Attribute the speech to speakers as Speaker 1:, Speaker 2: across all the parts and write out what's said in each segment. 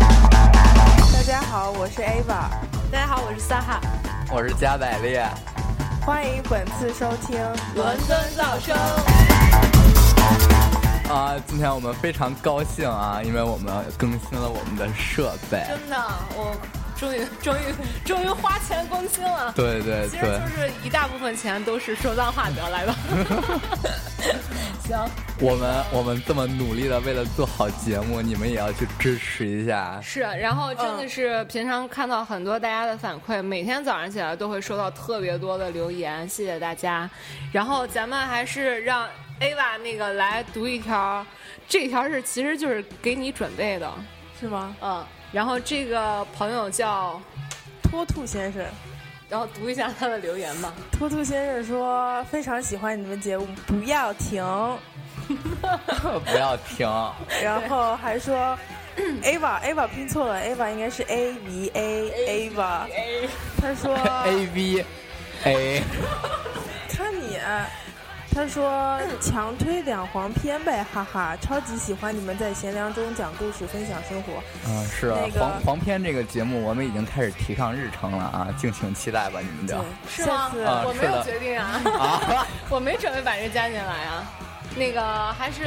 Speaker 1: 大家好，我是 Ava，
Speaker 2: 大家好，我是萨哈，
Speaker 3: 我是加百列。
Speaker 1: 欢迎本次收听
Speaker 2: 伦敦噪声。
Speaker 3: 啊，今天我们非常高兴啊，因为我们更新了我们的设备。
Speaker 2: 真的，我终于终于终于花钱更新了。
Speaker 3: 对对
Speaker 2: 其实
Speaker 3: 对
Speaker 2: 就，是一大部分钱都是说脏话得来的。 行，
Speaker 3: 我们我们这么努力的为了做好节目，你们也要去支持一下。
Speaker 2: 是，啊然后真的是平常看到很多大家的反馈，每天早上起来都会收到特别多的留言，谢谢大家。然后咱们还是让 Ava 那个来读一条，这条是其实就是给你准备的，
Speaker 1: 是吗？
Speaker 2: 嗯。然后这个朋友叫，
Speaker 1: 托兔先生，
Speaker 2: 然后读一下他的留言吧。
Speaker 1: 托兔先生说非常喜欢你们节目，不要停，
Speaker 3: 不要停，
Speaker 2: 啊
Speaker 1: 然后还 说 Ava Ava 拼错了，Ava 应该是 A V A Ava。他
Speaker 2: 哎
Speaker 1: 说
Speaker 3: A V A，
Speaker 1: 看你，他说强推两黄片呗，哈哈，超级喜欢你们在闲聊中讲故事，分享生活。
Speaker 3: 嗯，是啊
Speaker 1: 那个
Speaker 3: 黄黄片这个节目，我们已经开始提上日程了啊，敬请期待吧，你们
Speaker 1: 对
Speaker 3: 就。，
Speaker 2: 是吗
Speaker 1: 嗯下？次
Speaker 3: 啊
Speaker 2: 我
Speaker 3: 是
Speaker 2: 没有
Speaker 3: 的
Speaker 2: 决定啊，
Speaker 3: 啊，
Speaker 2: 我没准备把这加进来啊。那个还是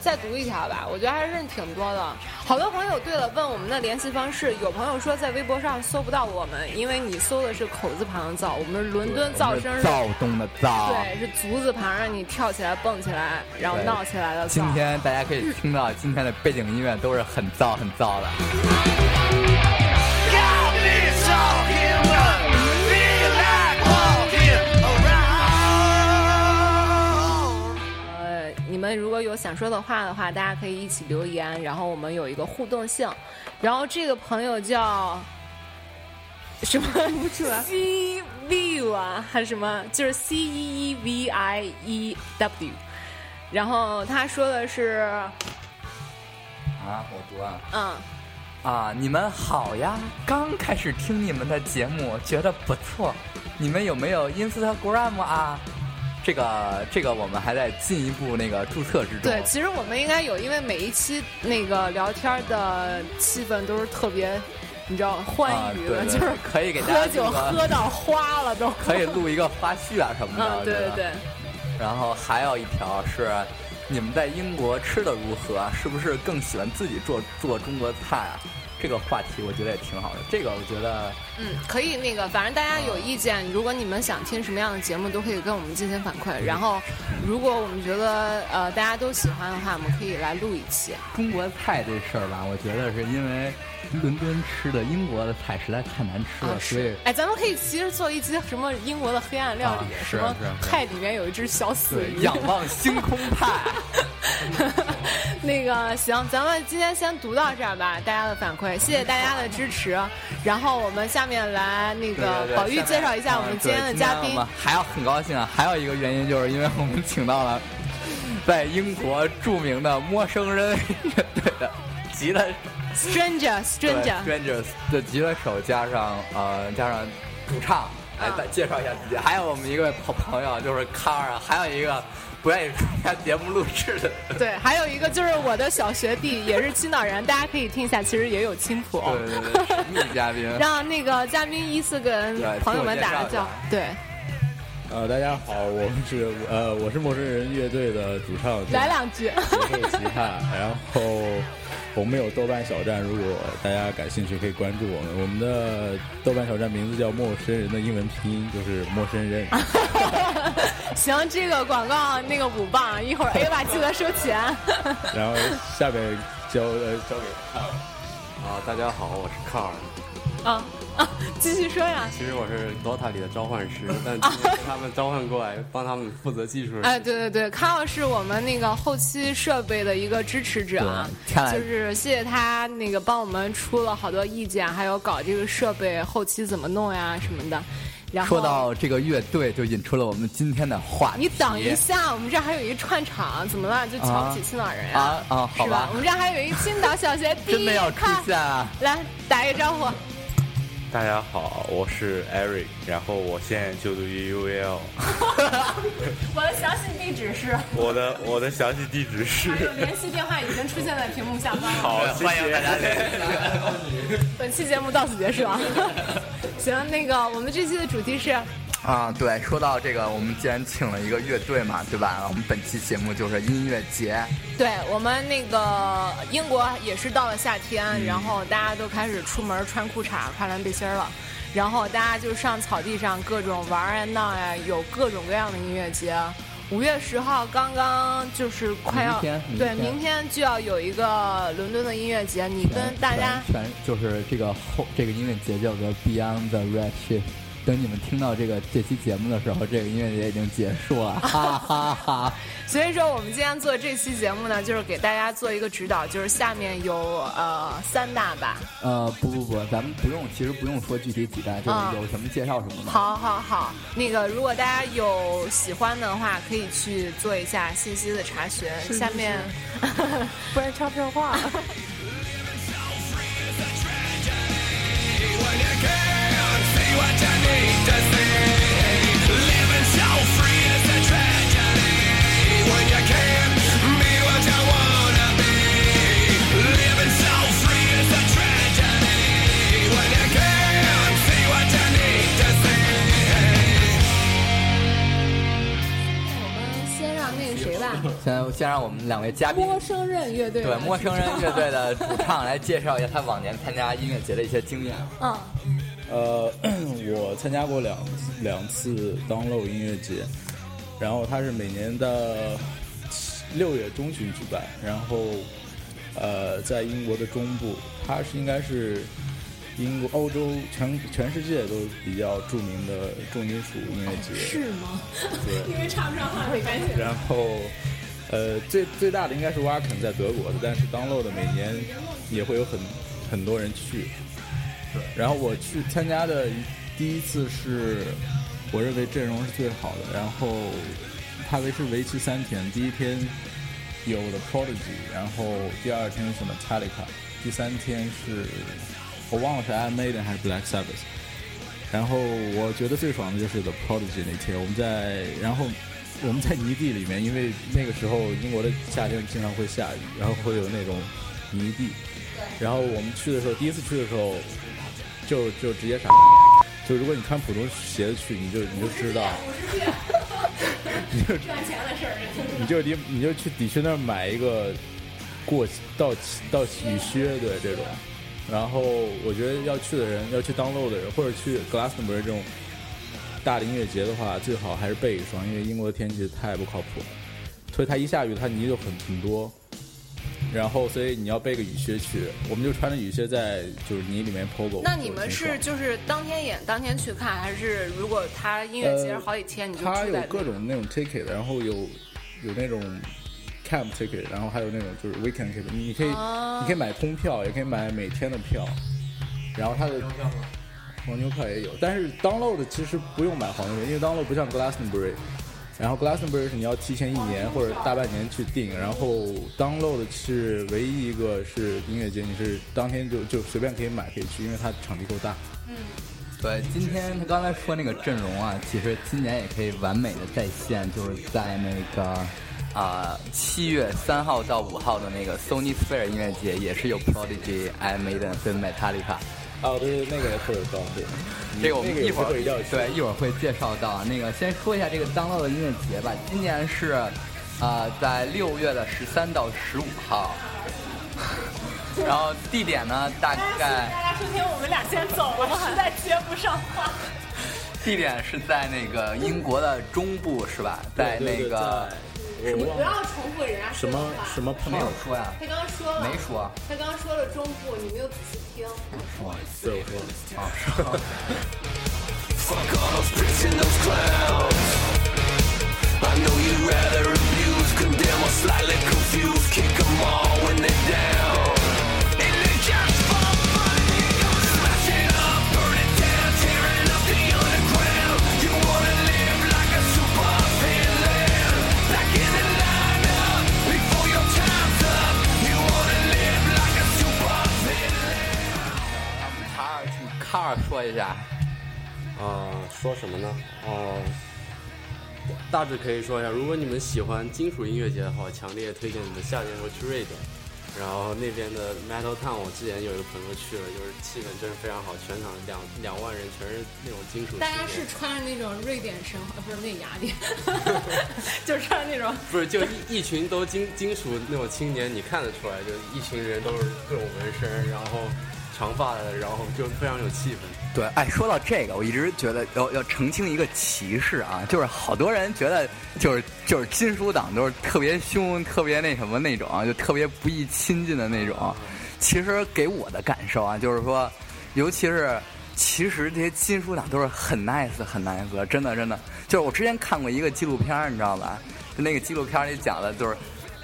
Speaker 2: 再读一条吧，我觉得还是挺多的。好多朋友对了问我们的联系方式，有朋友说在微博上搜不到我们，因为你搜的是口字旁的造，我们伦敦噪声
Speaker 3: 是
Speaker 2: 是，
Speaker 3: 躁动的躁。
Speaker 2: 对，是足字旁让你跳起来、蹦起来，然后
Speaker 3: 对
Speaker 2: 闹起来的
Speaker 3: 今
Speaker 2: 噪。
Speaker 3: 天大家可以听到今天的背景音乐都是很燥很燥的。
Speaker 4: Got me talking, but feel like walking around.
Speaker 2: 呃，你们如果有想说的话的话，大家可以一起留言，然后我们有一个互动性。然后这个朋友叫什么？不出来。C V 啊，还是什么？就是 C E E V I E W。然后他说的是，
Speaker 3: 啊，我读啊。
Speaker 2: 嗯，
Speaker 3: 啊，你们好呀！刚开始听你们的节目，觉得不错。你们有没有 Instagram 啊？这个这个，我们还在进一步那个注册之中。
Speaker 2: 对，其实我们应该有，因为每一期那个聊天的气氛都是特别，你知道，欢
Speaker 3: 啊，
Speaker 2: 愉
Speaker 3: 对
Speaker 2: 的，
Speaker 3: 对
Speaker 2: 就是
Speaker 3: 可以给大家
Speaker 2: 喝酒
Speaker 3: 录个
Speaker 2: 喝到花了都。
Speaker 3: 可以录一个花絮啊什么的。
Speaker 2: 嗯，对对
Speaker 3: 吧
Speaker 2: 对。
Speaker 3: 然后还有一条是，你们在英国吃的如何？是不是更喜欢自己做做中国菜啊？这个话题我觉得也挺好的。这个我觉得
Speaker 2: 嗯，可以那个，反正大家有意见，如果你们想听什么样的节目，都可以跟我们进行反馈。然后，如果我们觉得呃大家都喜欢的话，我们可以来录一期。啊
Speaker 3: 中国菜这事儿吧，我觉得是因为伦敦吃的英国的菜实在太难吃了，
Speaker 2: 啊
Speaker 3: 所以
Speaker 2: 是。哎，咱们可以其实做一期什么英国的黑暗料理，
Speaker 3: 啊是
Speaker 2: 什么
Speaker 3: 是是
Speaker 2: 派里面有一只小死
Speaker 3: 对
Speaker 2: 鱼。
Speaker 3: 仰望星空派，
Speaker 2: 那个行，咱们今天先读到这儿吧，大家的反馈，谢谢大家的支持。然后我们下面来那
Speaker 3: 对对
Speaker 2: 个
Speaker 3: 对
Speaker 2: 宝玉
Speaker 3: 下面
Speaker 2: 介绍一下我们
Speaker 3: 啊
Speaker 2: 今天的
Speaker 3: 对
Speaker 2: 嘉
Speaker 3: 今
Speaker 2: 宾
Speaker 3: 天我。们还要很高兴啊！还有一个原因就是因为我们 请到了在英国著名的陌生人 乐队的吉他
Speaker 2: Stranger
Speaker 3: 对
Speaker 2: Stranger，
Speaker 3: Strangers 的吉他手加上呃加上主唱，来
Speaker 2: 啊
Speaker 3: 再介绍一下自己。还有我们一个好朋友就是康儿啊，还有一个不愿意参加节目录制的。
Speaker 2: 对，还有一个就是我的小学弟，也是青岛人，大家可以听一下，其实也有青
Speaker 5: 啊
Speaker 2: 浦。哦
Speaker 3: 对对对，神秘嘉宾。
Speaker 2: 让那个嘉宾依次跟
Speaker 3: 对
Speaker 2: 朋友们打个招
Speaker 3: 自我介绍一下
Speaker 2: 对，
Speaker 5: 呃，大家好，我们是呃，我是陌生人乐队的主唱，
Speaker 2: 来两句。
Speaker 5: 节奏吉他，然后我们有豆瓣小站，如果大家感兴趣可以关注我们。我们的豆瓣小站名字叫陌生人的英文拼音就是陌生人，
Speaker 2: 行，这个广告那个五磅，一会 儿 A 吧记得收钱。
Speaker 5: 然后下面交呃交给
Speaker 6: 啊，大家好，我是卡尔。
Speaker 2: 啊啊，继续说呀。
Speaker 6: 其实我是 DOTA 里的召唤 师，但今天被他们召唤过来，帮他们负责技术。
Speaker 2: 哎，对对对，康老是我们那个后期设备的一个支持者啊
Speaker 3: 对看，来
Speaker 2: 就是谢谢他那个帮我们出了好多意见，还有搞这个设备后期怎么弄呀什么的。然后
Speaker 3: 说到这个乐队，就引出了我们今天的话题。
Speaker 2: 你等一下，我们这儿还有一串场，怎么了？就瞧不起青岛人呀、
Speaker 3: 啊啊，好
Speaker 2: 是 吧？我们这儿还有一青岛小学弟，
Speaker 3: 真的要出
Speaker 2: 看
Speaker 3: 现啊！
Speaker 2: 来打一个招呼。
Speaker 7: 大家好，我是 Eric，然后我现在就读于 UL，
Speaker 2: 我的详细地址是，
Speaker 7: 我的我的详细地址是
Speaker 2: 还有联系电话已经出现在屏幕下方了。
Speaker 7: 好，谢
Speaker 3: 欢迎大
Speaker 7: 谢。
Speaker 3: 家来。
Speaker 2: 本期节目到此结束啊。 行，那个我们这期的主题是
Speaker 3: 啊，对，说到这个，我们既然请了一个乐队嘛，对吧？我们本期节目就是音乐节，
Speaker 2: 对我们那个英国也是到了夏天，
Speaker 3: 嗯
Speaker 2: 然后大家都开始出门穿裤衩、跨栏背心儿了，然后大家就上草地上各种玩儿呀、闹呀，有各种各样的音乐节。五月十号刚刚就是快要
Speaker 3: 明天明
Speaker 2: 对，
Speaker 3: 天
Speaker 2: 明天就要有一个伦敦的音乐节，你跟大家
Speaker 3: 全全就是这个后这个音乐节叫做 Beyond the Red Shift。等你们听到这个这期节目的时候，这个音乐节已经结束 了，哈哈哈！
Speaker 2: 所以说，我们今天做这期节目呢，就是给大家做一个指导，就是下面有呃三大吧。
Speaker 3: 呃，不不不，咱们不用，其实不用说具体几代，就是
Speaker 2: 啊
Speaker 3: 有什么介绍什么的。
Speaker 2: 好，好，好，那个如果大家有喜欢的话，可以去做一下信息的查询。下面，
Speaker 1: 不然插不上话。
Speaker 2: 我们先让那个谁吧，
Speaker 3: 现在先让我们两位嘉宾，
Speaker 2: 陌生人乐队吧
Speaker 3: 对陌生人乐队的主唱来介绍一下他往年参加音乐节的一些经验。
Speaker 2: 嗯，
Speaker 5: 呃， 我参加过两两次 Download 音乐节，然后它是每年的六月中旬举办，然后呃，在英国的中部，它是应该是英国、欧洲全全世界都比较著名的重金属音乐 节，是吗？对，
Speaker 2: 因为插不上话，没关系。
Speaker 5: 然后，呃，最最大的应该是 Wacken 在德国的，但是 Download 每年也会有很很多人去。然后我去参加的第一次是，我认为阵容是最好的。然后它为是为期三天，第一天有 The Prodigy，然后第二天是 Metallica，第三天是我忘了是 Iron Maiden 还是 Black Sabbath。然后我觉得最爽的就是 The Prodigy 那天，我们在然后我们在泥地里面，因为那个时候英国的夏天经常会下雨，然后会有那种泥地。然后我们去的时候，第一次去的时候，就就直接傻，就如果你穿普通鞋去，你就你就知道，你就你你就去底靴那儿买一个过期到期到期雨靴，对这种。然后我觉得要去的人，要去 download 的人，或者去 Glastonbury 这种大的音乐节的话，最好还是备一双，因为英国的天气太不靠谱了，所以它一下雨，它泥就很很多。然后，所以你要备个雨靴去，我们就穿着雨靴在就是泥里面 pogo。
Speaker 2: 那你们
Speaker 5: 挺爽
Speaker 2: 是就是当天演当天去看，还是如果他音乐节是好几天，你就
Speaker 5: 呃它
Speaker 2: 住
Speaker 5: 有
Speaker 2: 在
Speaker 5: 各种那种 ticket，然后有有那种 camp ticket，然后还有那种就是 weekend ticket，你可以、
Speaker 2: 啊
Speaker 5: 你可以买通票，也可以买每天的票，然后它的黄牛票也有，但是 download 其实不用买黄牛，因为 download 不像 Glastonbury。然后 Glastonbury 是你要提前一年或者大半年去订，然后 download 是唯一一个是音乐节，你是当天就就随便可以买可以去，因为它场地够大。
Speaker 3: 对，今天他刚才说那个阵容啊，其实今年也可以完美的再现，就是在那个啊七、月三号到五号的那个 Sony Sphere 音乐节，也是有 Prodigy、Iron Maiden 跟 Metallica。
Speaker 5: 哦，对对，那个也特别棒，对。
Speaker 3: 这个我们
Speaker 5: 那
Speaker 3: 一
Speaker 5: 个有
Speaker 3: 会
Speaker 5: 机
Speaker 3: 儿
Speaker 5: 会一定要去
Speaker 3: 对一会儿会介绍到。那个先说一下这个当道的音乐节吧，今年是呃在六月的十三到十五号， 然后地点呢大概。
Speaker 2: 大家收听，我们俩先走了，实在接不上话。
Speaker 3: 地点是在那个英国的中部是吧？在
Speaker 5: 对
Speaker 3: 那
Speaker 5: 对
Speaker 3: 个
Speaker 5: 对在我忘了
Speaker 2: 要重复人家
Speaker 5: 什么什么
Speaker 3: 没
Speaker 5: pub，
Speaker 3: 有说呀，
Speaker 2: 他刚刚说了
Speaker 3: 没说。
Speaker 2: 他刚刚说了中部，你没有仔细听。
Speaker 5: 对我说了。
Speaker 3: 卡尔去卡尔说一一下。
Speaker 8: 啊、说什么呢？哦、大致可以说一下，如果你们喜欢金属音乐节的话，我强烈推荐你们夏天时候去瑞典。然后那边的 Metal Town，我之前有一个朋友去了，就是气氛真是非常好，全场两两万人全是那种金属青年。
Speaker 2: 大家是穿着那种瑞典神话，呃不是那雅典，就是穿着那种
Speaker 8: 不是就一一群都金金属那种青年，你看得出来，就一群人都是各种纹身，然后长发的，然后就非常有气氛。
Speaker 3: 对，哎，说到这个，我一直觉得要要澄清一个歧视啊，就是好多人觉得就是就是金属党都是特别凶、特别那什么那种，啊就特别不易亲近的那种。其实给我的感受啊，就是说，尤其是其实这些金属党都是很 nice、很 nice，真的真的。就是我之前看过一个纪录片儿，你知道吧？就那个纪录片儿里讲的就是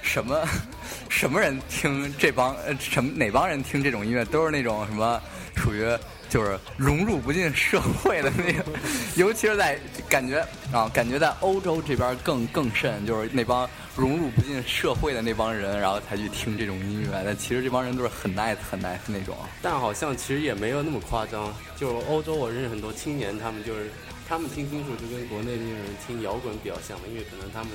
Speaker 3: 什么 什么人听这帮呃什么哪帮人听这种音乐，都是那种什么属于就是融入不进社会的那种，尤其是在感觉啊感觉在欧洲这边更更甚，就是那帮融入不进社会的那帮人，然后才去听这种音乐。但其实这帮人都是很 nice 很 nice 那种。
Speaker 8: 但好像其实也没有那么夸张。就欧洲，我认识很多青年，他们就是他们听金属就跟国内那种人听摇滚比较像嘛，因为可能他们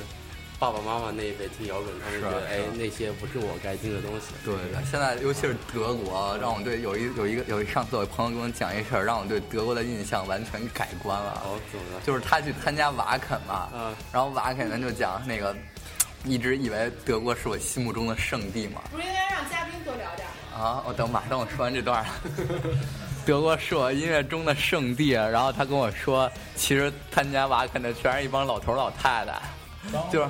Speaker 8: 爸爸妈妈那一辈听摇滚，他们
Speaker 3: 是
Speaker 8: 觉
Speaker 3: 啊
Speaker 8: 得、
Speaker 3: 是啊
Speaker 8: 哎那些不是我该听的东西。
Speaker 3: 对对对，现在尤其是德国，让我对有一有一个有一上次我朋友跟我讲一事儿，让我对德国的印象完全改观了。啊
Speaker 8: 哦，怎么了？
Speaker 3: 就是他去参加瓦肯嘛，
Speaker 8: 嗯
Speaker 3: 然后瓦肯呢就讲那个，一直以为德国是我心目中的圣地嘛，
Speaker 2: 不是应该让嘉宾多聊点儿吗？
Speaker 3: 啊，我等马上我说完这段儿 了。德国是我音乐中的圣地，然后他跟我说，其实参加瓦肯的全是一帮老头儿老太太，就是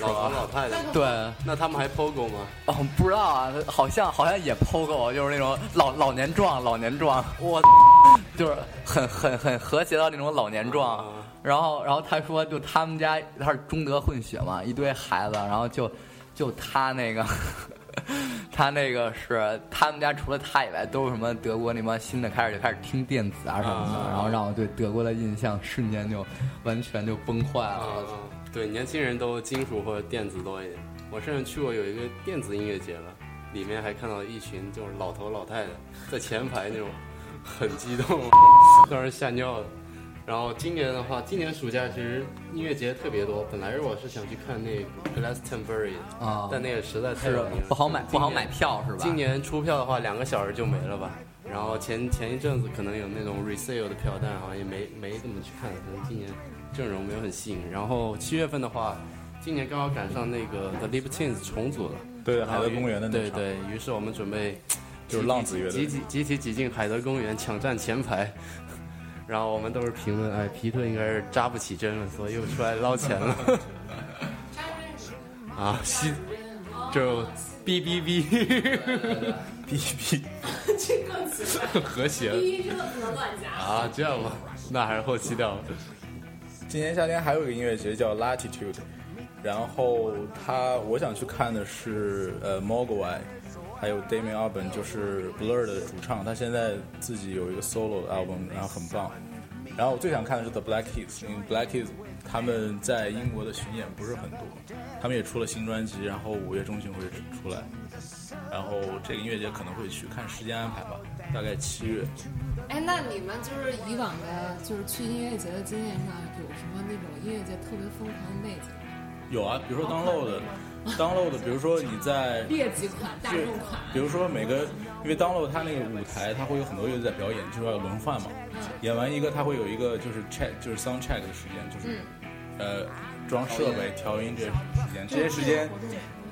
Speaker 8: 老头老太太。
Speaker 3: 对，
Speaker 8: 那他们还 POGO 吗？
Speaker 3: 哦，不知道啊，好像好像也 POGO，就是那种老老年壮，老年壮，我 就是很很很和谐的那种老年壮。
Speaker 8: 嗯
Speaker 3: 然后然后他说，就他们家他是中德混血嘛，一堆孩子，然后就就他那个 他那个是他们家除了他以外，都是什么德国那帮新的开始就开始听电子啊什么
Speaker 8: 嗯
Speaker 3: 的，然后让我对德国的印象瞬间就完全就崩坏
Speaker 8: 啊、
Speaker 3: 了。
Speaker 8: 对，年轻人都金属或者电子多一点。我甚至去过有一个电子音乐节了，里面还看到一群就是老头老太太在前排那种，很激动，
Speaker 3: 啊
Speaker 8: 当时吓尿了。然后今年的话，今年暑假其实音乐节特别多。本来我是想去看那个 Glastonbury 的，
Speaker 3: 啊
Speaker 8: 但那个实在太
Speaker 3: 是
Speaker 8: 有 名了
Speaker 3: 不好买，不好
Speaker 8: 今年
Speaker 3: 买票是吧？
Speaker 8: 今年出票的话，两个小时就没了吧。然后前前一阵子可能有那种 resale 的票，但好像也没没怎么去看，可能今年阵容没有很吸引。然后七月份的话，今年刚好赶上那个 The Libertines 重组了，
Speaker 5: 对，海
Speaker 8: 然后
Speaker 5: 德
Speaker 8: 于
Speaker 5: 公园的那
Speaker 8: 对
Speaker 5: 场，
Speaker 8: 对，于是我们准备
Speaker 5: 就是浪子乐
Speaker 8: 集
Speaker 5: 队。
Speaker 8: 体集体挤进海德公园抢占前排。 然后我们都是评论，哎，皮特应该是扎不起针了，所以又出来捞钱了。 啊，西，就哔哔 哔。
Speaker 5: BB
Speaker 2: 这更奇怪，
Speaker 8: 和谐
Speaker 2: 第一真的不能乱加。
Speaker 8: 啊，这样吗？那还是后期掉吧。
Speaker 5: 今年夏天还有一个音乐节叫 Latitude，然后他我想去看的是呃 Mogwai，还有 Damien Albarn，就是 Blur 的主唱，他现在自己有一个 solo 的 album，然后很棒。然后我最想看的是 The Black Keys，因为 Black Keys 他们在英国的巡演不是很多，他们也出了新专辑，然后五月中旬会出来。然后这个音乐节可能会去看时间安排吧，大概七月。
Speaker 2: 哎，那你们就是以往的，就是去音乐节的经验上，有什么那种音乐节特别疯狂的妹子？
Speaker 5: 有啊，比如说 download，download，比如说你在
Speaker 2: 劣级款、大众款，
Speaker 5: 比如说每个，因为 download 它那个舞台，它会有很多乐队在表演，就是要轮换嘛。演完一个，它会有一个就是 check，就是 sound check 的时间，
Speaker 2: 嗯
Speaker 5: 就是、呃装设备、调音这些时间，这些时间，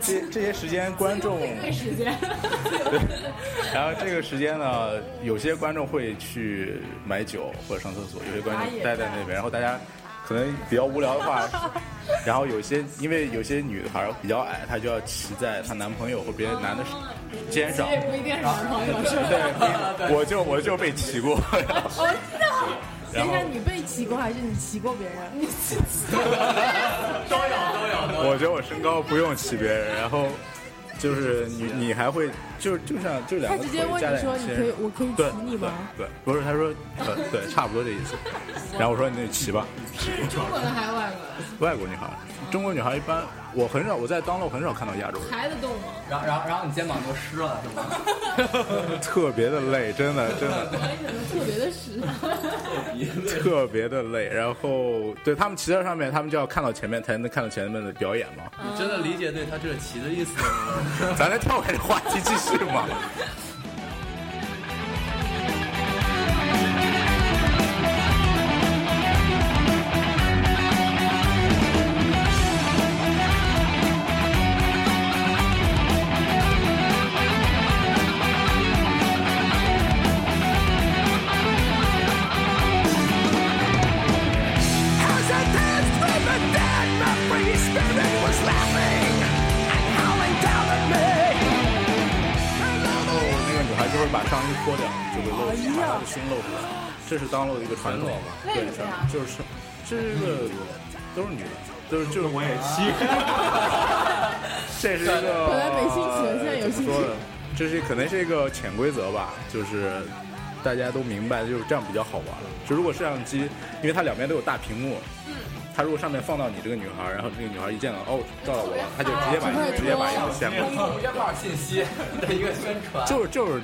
Speaker 5: 这这些时间观众，
Speaker 2: 对时间。
Speaker 5: 然后这个时间呢，有些观众会去买酒或者上厕所，有些观众待在那边，然后大家可能比较无聊 的话，然后有些因为有些女孩比较矮，她就要骑在她男朋友或别的男的肩上
Speaker 2: 这。也不一定是男朋友，是吧？
Speaker 5: 对，我就我就被骑 过，
Speaker 2: 我知道，
Speaker 5: 然后
Speaker 1: 你被骑过还是你骑过别人？
Speaker 5: 我觉得我身高不用骑别人，然后就是你你还会就就像就两
Speaker 1: 他
Speaker 5: 个
Speaker 1: 直
Speaker 5: 腿
Speaker 1: 接问
Speaker 5: 加
Speaker 1: 你
Speaker 5: 在
Speaker 1: 说：“
Speaker 5: 身
Speaker 1: 你
Speaker 5: 上
Speaker 1: 可以，我可以
Speaker 5: 对
Speaker 1: 骑你吗
Speaker 5: 对，不是他说呃对，差不多这意思。然后我说你那骑吧，
Speaker 2: 是中国的还是外国的？
Speaker 5: 外国女孩，中国女孩一般我很少我在 download 很少看到亚洲 人，
Speaker 9: 抬得动吗？
Speaker 3: 然后然后然后你肩膀就湿了是吗？
Speaker 5: 特别的累，真的真的。
Speaker 9: 我也可能特别的实
Speaker 5: 特别的累，然后对他们骑在上面，他们就要看到前面才能看到前面的表演嘛。
Speaker 6: 你真的理解对他这个棋的意 思了吗？
Speaker 5: 咱来跳开这话题继续嘛。然后那个女孩就会把上衣脱掉，就会露出把她的胸露出来，这是当露的一个传统嘛。对，
Speaker 9: 为什么呀
Speaker 5: 就是这是一个都是女的，都是就是我也
Speaker 7: 七，
Speaker 5: 这是一个
Speaker 9: 本来没兴趣现在有兴
Speaker 5: 怎
Speaker 9: 趣
Speaker 5: 么说呢这是可能是一个潜规则吧，就是大家都明白，就是这样比较好玩。就如果摄像机，因为它两边都有大屏幕，嗯，它如果上面放到你这个女孩，然后这个女孩一见到哦照到我了，她就直接把衣服直接把衣服掀了。
Speaker 3: 一个报信息 的一个宣传，
Speaker 5: 就是就是，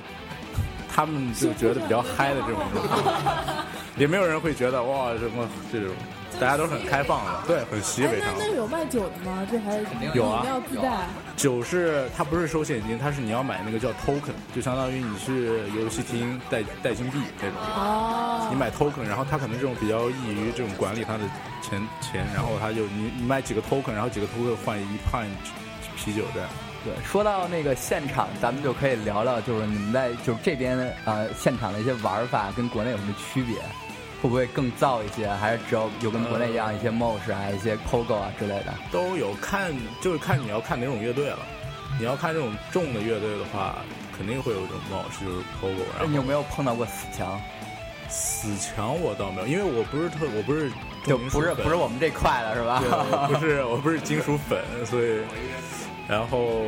Speaker 5: 他们就觉得比较嗨的这种状 态，也没有人会觉得哇什么这种，大家都是很开放的，对，很习以为
Speaker 10: 哎那
Speaker 5: 常。
Speaker 10: 那有卖酒的吗？这还
Speaker 3: 定
Speaker 5: 有啊
Speaker 10: 饮料自带，
Speaker 5: 酒是它不是收现金，它是你要买那个叫 token，就相当于你去游戏厅带带金币那种。
Speaker 10: 哦，
Speaker 5: 你买 token，然后它可能这种比较易于这种管理它的钱钱，然后它就你你买几个 token，然后几个 token 换一换啤酒这样。
Speaker 3: 对，说到那个现场，咱们就可以聊聊，就是你们在就是这边呃现场的一些玩法跟国内有什么区别，会不会更燥一些，还是只有有跟国内一样一些 mosh 啊、一些 pogo 啊之类的？
Speaker 5: 都有看，就是看你要看哪种乐队了。你要看这种重的乐队的话，肯定会有这种冒失，就是 Pogo。然
Speaker 3: 你
Speaker 5: 后
Speaker 3: 有没有碰到过死墙？
Speaker 5: 死墙我倒没有，因为我不是特，我不是
Speaker 3: 就
Speaker 5: 重金属
Speaker 3: 不是
Speaker 5: 粉
Speaker 3: 不是，我们这块的是吧？
Speaker 5: 对，我不是我不是金属粉，所以然后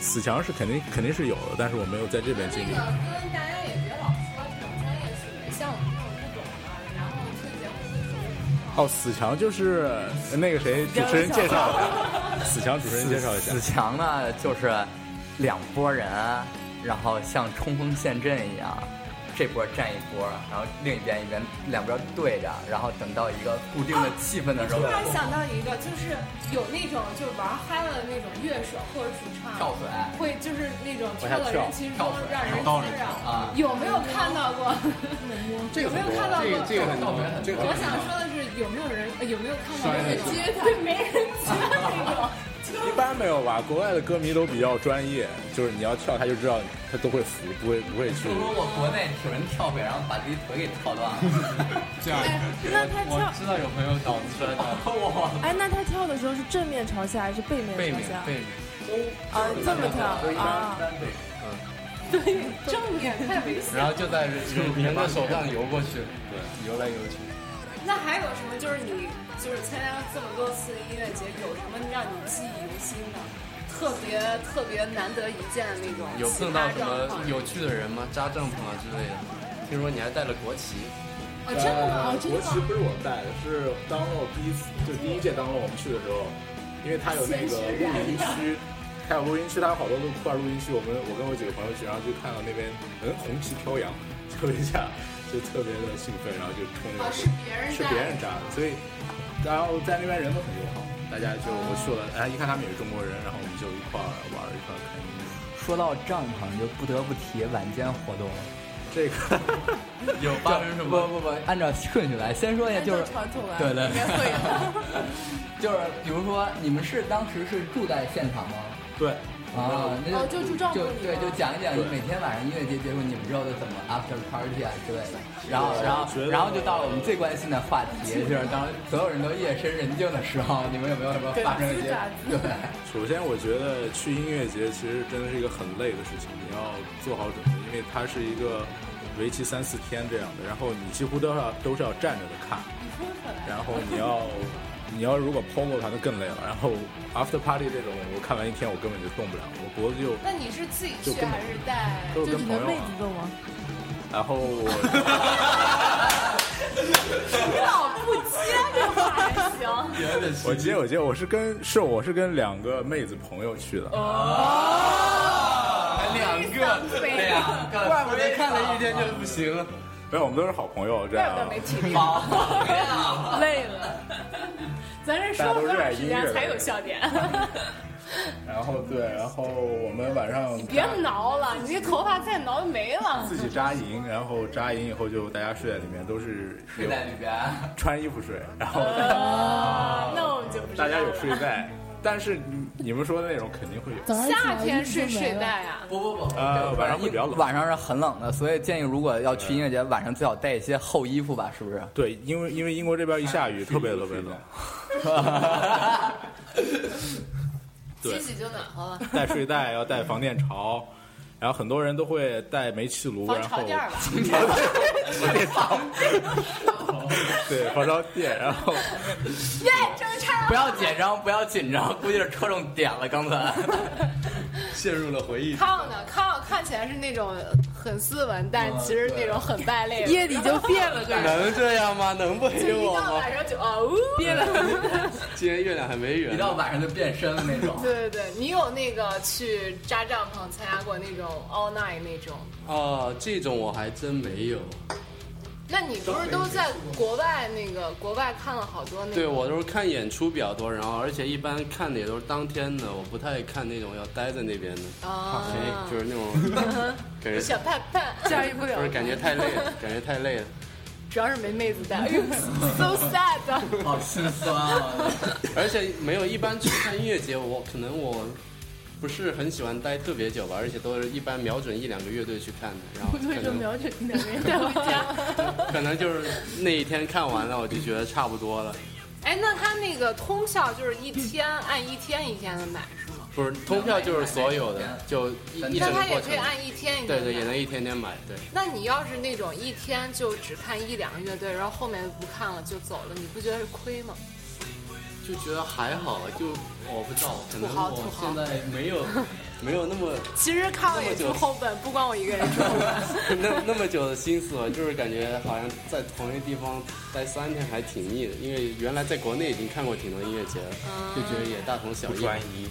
Speaker 5: 死墙是肯定肯定是有的，但是我没有在这边经
Speaker 9: 那
Speaker 5: 历
Speaker 9: 个。跟大家也别老说这种专业术语，像我们这种不懂的，然后听节目就觉得
Speaker 5: 哦，死墙就是那个谁主持人介绍的，死墙主持人介绍一下
Speaker 3: 死，墙呢，就是两拨人，然后像冲锋陷阵一样，这波占一波，然后另一边一边两边对着，然后等到一个固定的气氛的时候，
Speaker 9: 突然想到一个，就是有那种就玩嗨了的那种乐手或者主唱，
Speaker 3: 跳水
Speaker 9: 会就是那种跳到人群中让人
Speaker 7: 跳水
Speaker 9: 滋扰。
Speaker 3: 啊，
Speaker 9: 有没有看到过？
Speaker 5: 这
Speaker 9: 有没有看到过？
Speaker 5: 个很多，这
Speaker 9: 我想说的是，有没有人呃有没有看到人接他？对，没人接那种。
Speaker 5: 一般没有吧，国外的歌迷都比较专业，就是你要跳，他就知道他都会扶，不会不会去
Speaker 3: 就。如我国内有人跳水，然后把自己腿给跳断了，
Speaker 10: 那他跳，
Speaker 6: 知道有朋友脑子摔到
Speaker 3: 我
Speaker 1: 哎，那他跳的时候是正面朝下还是背
Speaker 6: 背面
Speaker 1: 面朝下？
Speaker 6: 背面，
Speaker 2: 哦
Speaker 1: 啊，这么
Speaker 3: 就一
Speaker 1: 跳
Speaker 3: 般
Speaker 1: 啊
Speaker 3: 一！般对。
Speaker 9: 正面太猥琐。
Speaker 6: 然后就在人人的手上游过去，对，游来游去。
Speaker 9: 那还有什么？就是你就是参加了这么多次的音乐节，有什么让你记忆犹新的？特别特别难得一见的那种
Speaker 6: 有
Speaker 9: 奇
Speaker 6: 碰到
Speaker 9: 葩
Speaker 6: 什
Speaker 9: 状
Speaker 6: 么
Speaker 9: 况？
Speaker 6: 有趣的人吗？扎帐篷啊之类的。听说你还带了国旗，
Speaker 9: 哦，真的吗？真
Speaker 5: 国旗
Speaker 9: 的吗？
Speaker 5: 不是呃我带的，是当洛第一次，就第一届当洛我们去的时候，因为他有那个露营区，他有露营区，他有好多路块露营区，我们我跟我几个朋友去，然后就看到那边嗯红旗飘扬，就一下就特别的兴奋，然后就冲那
Speaker 9: 哦，
Speaker 5: 个
Speaker 9: 是别人
Speaker 5: 是别人扎的，所以然后在那边人都很友好，大家就我去了，哎一看他们也是中国人，然后我们就一块儿玩儿一块儿看音乐。
Speaker 3: 说到帐篷，就不得不提晚间活动。
Speaker 5: 这个
Speaker 6: 有发生什
Speaker 3: 不
Speaker 6: 么？
Speaker 3: 不不，按照顺序来，先说一下，就是
Speaker 10: 传统啊，
Speaker 3: 对对
Speaker 10: 应该会有。
Speaker 3: 就是比如说，你们是当时是住在现场吗？
Speaker 5: 对。
Speaker 3: 啊，那
Speaker 10: 哦就住帐篷
Speaker 3: 就
Speaker 10: 里
Speaker 3: 对，
Speaker 10: 吗
Speaker 3: 就讲一讲你每天晚上音乐节结束，你们之后都怎么 after party 啊之类的。然后，然后
Speaker 5: 我觉，得
Speaker 3: 然后就到了我们最关心的话题，就是当所有人都夜深人静的时候， 你们有没有什么发生一些对？
Speaker 5: 首先，我觉得去音乐节其实真的是一个很累的事情，你要做好准备，因为它是一个为期三四天这样的，然后你几乎都要都是要站着的看，然后你要你要如果 POGO 团的更累了，然后 After Party 这种我看完一天我根本就动不了，我脖子就
Speaker 9: 那你是自己
Speaker 5: 就
Speaker 9: 去
Speaker 5: 根本
Speaker 9: 还是带？
Speaker 5: 都是
Speaker 10: 就
Speaker 5: 跟
Speaker 10: 只
Speaker 5: 朋
Speaker 10: 能妹
Speaker 5: 友啊，
Speaker 10: 子动吗？
Speaker 5: 然后我
Speaker 9: 老不接这话还行。
Speaker 8: 你还得
Speaker 5: 我记得，我记得，我是跟是我是跟两个妹子朋友去的，
Speaker 10: 哦
Speaker 3: 啊
Speaker 8: 两个，两个，怪不得看了一天就不行了。
Speaker 5: 没有，我们都是好朋友，这样
Speaker 2: 怪不得没体力，累 了。咱这
Speaker 5: 大
Speaker 2: 说
Speaker 5: 家都
Speaker 2: 多
Speaker 5: 热爱
Speaker 2: 长时
Speaker 5: 音乐
Speaker 2: 间
Speaker 5: 的
Speaker 2: 才有笑点？
Speaker 5: 然后对，然后我们晚上
Speaker 2: 别挠了，你这头发再挠就没了。
Speaker 5: 自己扎营，然后扎营以后就大家睡在里面，都是有
Speaker 3: 里边，
Speaker 5: 穿衣服睡，然后
Speaker 2: 那我们就不知道
Speaker 5: 大
Speaker 2: 了
Speaker 5: 家有睡袋，但是你你们说的那种肯定会有，
Speaker 11: 早上起来
Speaker 2: 夏天睡
Speaker 11: 一直就没
Speaker 2: 睡
Speaker 11: 了，
Speaker 2: 袋啊，
Speaker 3: 不不不，
Speaker 5: 呃，晚上会比较冷。
Speaker 3: 晚上是很冷的，所以建议如果要去音乐节，晚上最好带一些厚衣服吧，是不是？
Speaker 5: 对，因为因为英国这边一下雨特别特别冷，
Speaker 2: 洗洗就暖和了。
Speaker 5: 带睡袋要带防电潮，然后很多人都会带煤气炉，
Speaker 2: 防
Speaker 5: 然后
Speaker 2: 潮垫儿 吧，
Speaker 5: 对防潮垫，然后
Speaker 2: 耶，正差
Speaker 3: 不要紧张，不要紧张，估计是戳中点了。刚才
Speaker 8: 陷入了回忆。
Speaker 2: 康呢？康看起来是那种很斯文，但
Speaker 5: 嗯
Speaker 2: 其实那种很败类。
Speaker 1: 夜里就变了个人。
Speaker 8: 能这样吗？能不
Speaker 2: 就
Speaker 8: 黑
Speaker 2: 一
Speaker 8: 我
Speaker 2: 到
Speaker 8: 吗？
Speaker 2: 晚上就哦，憋了。
Speaker 8: 今天月亮还没圆
Speaker 3: 一。到晚上就变身了那 种。
Speaker 2: 对对对，你有那个去扎帐篷参加过那种 all night 那种？
Speaker 8: 哦，这种我还真没有。
Speaker 2: 那你不是都在国外那个国外看了好多那
Speaker 8: 对
Speaker 2: 个？
Speaker 8: 我都是看演出比较多，然后而且一般看的也都是当天的，我不太看那种要待在那边的，哎
Speaker 2: 啊，
Speaker 8: 就是那种感觉
Speaker 2: 小盼盼， 驾驭不
Speaker 8: 就是感觉太累了，感 觉太累了。
Speaker 2: 主要是没妹子带， 哎呦，so sad。
Speaker 3: 好心酸啊！
Speaker 8: 而且没有，一般去看音乐节，我可能我不是很喜欢待特别久吧，而且都是一般瞄准一两个乐队去看的，然后可能
Speaker 11: 准一
Speaker 2: 带回家。
Speaker 8: 可能就是那一天看完了，我就觉得差不多了。
Speaker 2: 哎，那他那个通票就是一天按一天一天的买是吗？
Speaker 8: 不是，通票就是所有的，就一一
Speaker 2: 那
Speaker 8: 整
Speaker 2: 他
Speaker 8: 个
Speaker 2: 也
Speaker 8: 过
Speaker 2: 可以
Speaker 8: 程。
Speaker 2: 按一天一天
Speaker 8: 对对，
Speaker 2: 买
Speaker 8: 也能一天天买。对，
Speaker 2: 那你要是那种一天就只看一两个乐队，然后后面不看了就走了，你不觉得是亏吗？
Speaker 8: 就觉得还好，就我不知道，可能
Speaker 2: 土豪
Speaker 8: 我
Speaker 2: 土豪
Speaker 8: 现在没有 没有那么
Speaker 2: 其实看了也住后本，不光我一个人住后本。
Speaker 8: 那那么久的心思了，就是感觉好像在同一个地方待三天还挺腻的，因为原来在国内已经看过挺多音乐节了，就觉得也大同小
Speaker 12: 不
Speaker 8: 异。
Speaker 12: 专一，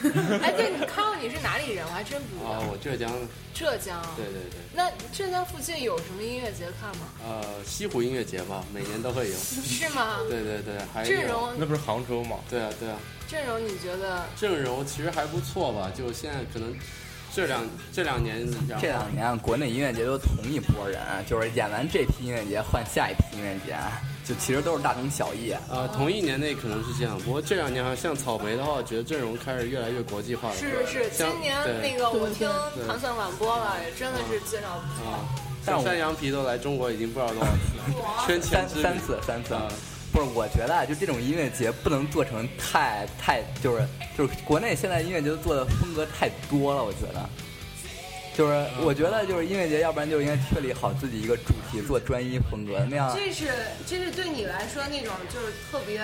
Speaker 2: 哎，对，你看过你是哪里人？我还真不知
Speaker 8: 啊
Speaker 2: 道。，
Speaker 8: 我浙江的，
Speaker 2: 浙江。
Speaker 8: 对对对，
Speaker 2: 那浙江附近有什么音乐节看 吗？
Speaker 8: 呃，西湖音乐节吧，每年都 会有。
Speaker 2: 是吗？
Speaker 8: 对对对，还有
Speaker 2: 阵。容
Speaker 12: 那不是杭州吗？
Speaker 8: 对啊对啊，
Speaker 2: 阵容，你觉得
Speaker 8: 阵容其实还不错吧，就现在可能这两这两年，然后
Speaker 3: 这两年国内音乐节都同一波人，就是演完这批音乐节换下一批音乐节，就其实都是大同小异。啊
Speaker 8: 呃，同一年内可能是这样，不过这两年好像草莓的话，觉得阵容开始越来越国际化了。
Speaker 2: 是是，今
Speaker 8: 像
Speaker 2: 年
Speaker 8: 对
Speaker 2: 那个我听
Speaker 8: 对
Speaker 2: 糖蒜广播了，也真的是介绍不
Speaker 8: 啊，
Speaker 3: 但
Speaker 8: 像
Speaker 3: 我
Speaker 8: 山羊皮都来中国已经不知道多少次了，圈
Speaker 3: 三
Speaker 8: 钱之旅
Speaker 3: 三次，三次
Speaker 8: 啊。
Speaker 3: 不是，我觉得啊，就这种音乐节不能做成太太，就是就是国内现在音乐节做的风格太多了，我觉得。就是
Speaker 12: 嗯
Speaker 3: 我觉得就是音乐节，要不然就应该确立好自己一个主题，做专一风格，那样
Speaker 2: 这是这是对你来说那种就是特别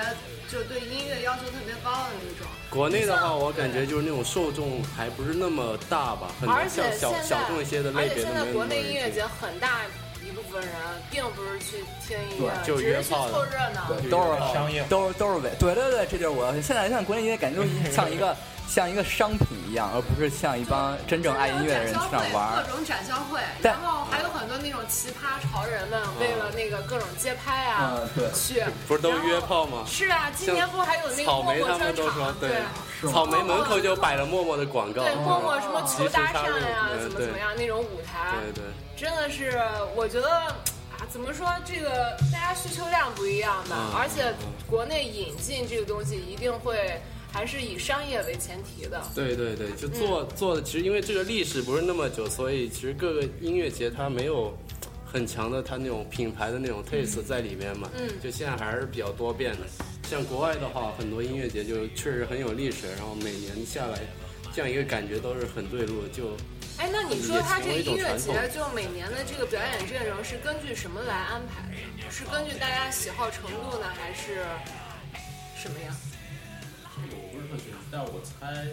Speaker 2: 就对音乐要求特别高的那种，
Speaker 8: 国内的话，我感觉就是那种受众还不是那么大吧，很
Speaker 2: 而
Speaker 8: 多
Speaker 2: 且
Speaker 8: 像
Speaker 2: 现
Speaker 8: 小
Speaker 2: 在
Speaker 8: 小众一些的类
Speaker 2: 而且
Speaker 8: 别都
Speaker 2: 现在
Speaker 8: 没有
Speaker 2: 国
Speaker 8: 那么
Speaker 2: 内
Speaker 8: 多人
Speaker 2: 音乐
Speaker 8: 听
Speaker 2: 节很大一部分人并不是去听音乐，
Speaker 8: 对就
Speaker 2: 只
Speaker 8: 约
Speaker 2: 是去
Speaker 8: 炮
Speaker 2: 凑
Speaker 8: 的
Speaker 2: 热闹。
Speaker 3: 对都是
Speaker 12: 商业
Speaker 3: 都是都是伪，对对对，这就是我现在现在国内音乐感觉就是像一个像一个商品一样，而不是像一帮真正爱音乐的人去那儿玩儿。
Speaker 2: 各种展销会，
Speaker 3: 对
Speaker 2: 然后还有很多那种奇葩潮人们为了那个各种街拍啊
Speaker 3: 嗯，对
Speaker 2: 去
Speaker 8: 不是嗯都
Speaker 2: 然后
Speaker 8: 约炮吗？
Speaker 2: 是啊，今年不还有那个
Speaker 8: 草
Speaker 2: 默
Speaker 8: 莓
Speaker 2: 默
Speaker 8: 他
Speaker 2: 专
Speaker 8: 们都说
Speaker 2: 场，啊
Speaker 8: 对，
Speaker 3: 吗
Speaker 8: 草莓门口就摆了陌陌的广告，啊
Speaker 2: 对，默默什么求搭讪呀、
Speaker 8: 及时插入
Speaker 2: 怎么怎么样那啊种舞台，
Speaker 8: 嗯对对。
Speaker 2: 真的是我觉得啊，怎么说这个大家需求量不一样吧，
Speaker 8: 嗯
Speaker 2: 而且国内引进这个东西一定会还是以商业为前提的。
Speaker 8: 对对对，就做、
Speaker 2: 嗯
Speaker 8: 做的，其实因为这个历史不是那么久，所以其实各个音乐节它没有很强的它那种品牌的那种 taste 在里面嘛。
Speaker 2: 嗯
Speaker 8: 就现在还是比较多变的。像国外的话，很多音乐节就确实很有历史，然后每年下来这样一个感觉都是很对路，就
Speaker 2: 哎，那你说它这个
Speaker 8: 也
Speaker 2: 音
Speaker 8: 成为一种
Speaker 2: 乐
Speaker 8: 传统
Speaker 2: 节就每年的这个表演阵容是根据什么来安排的？是根据大家喜好程度呢，还是什么呀？
Speaker 5: 我不是特确定，但我猜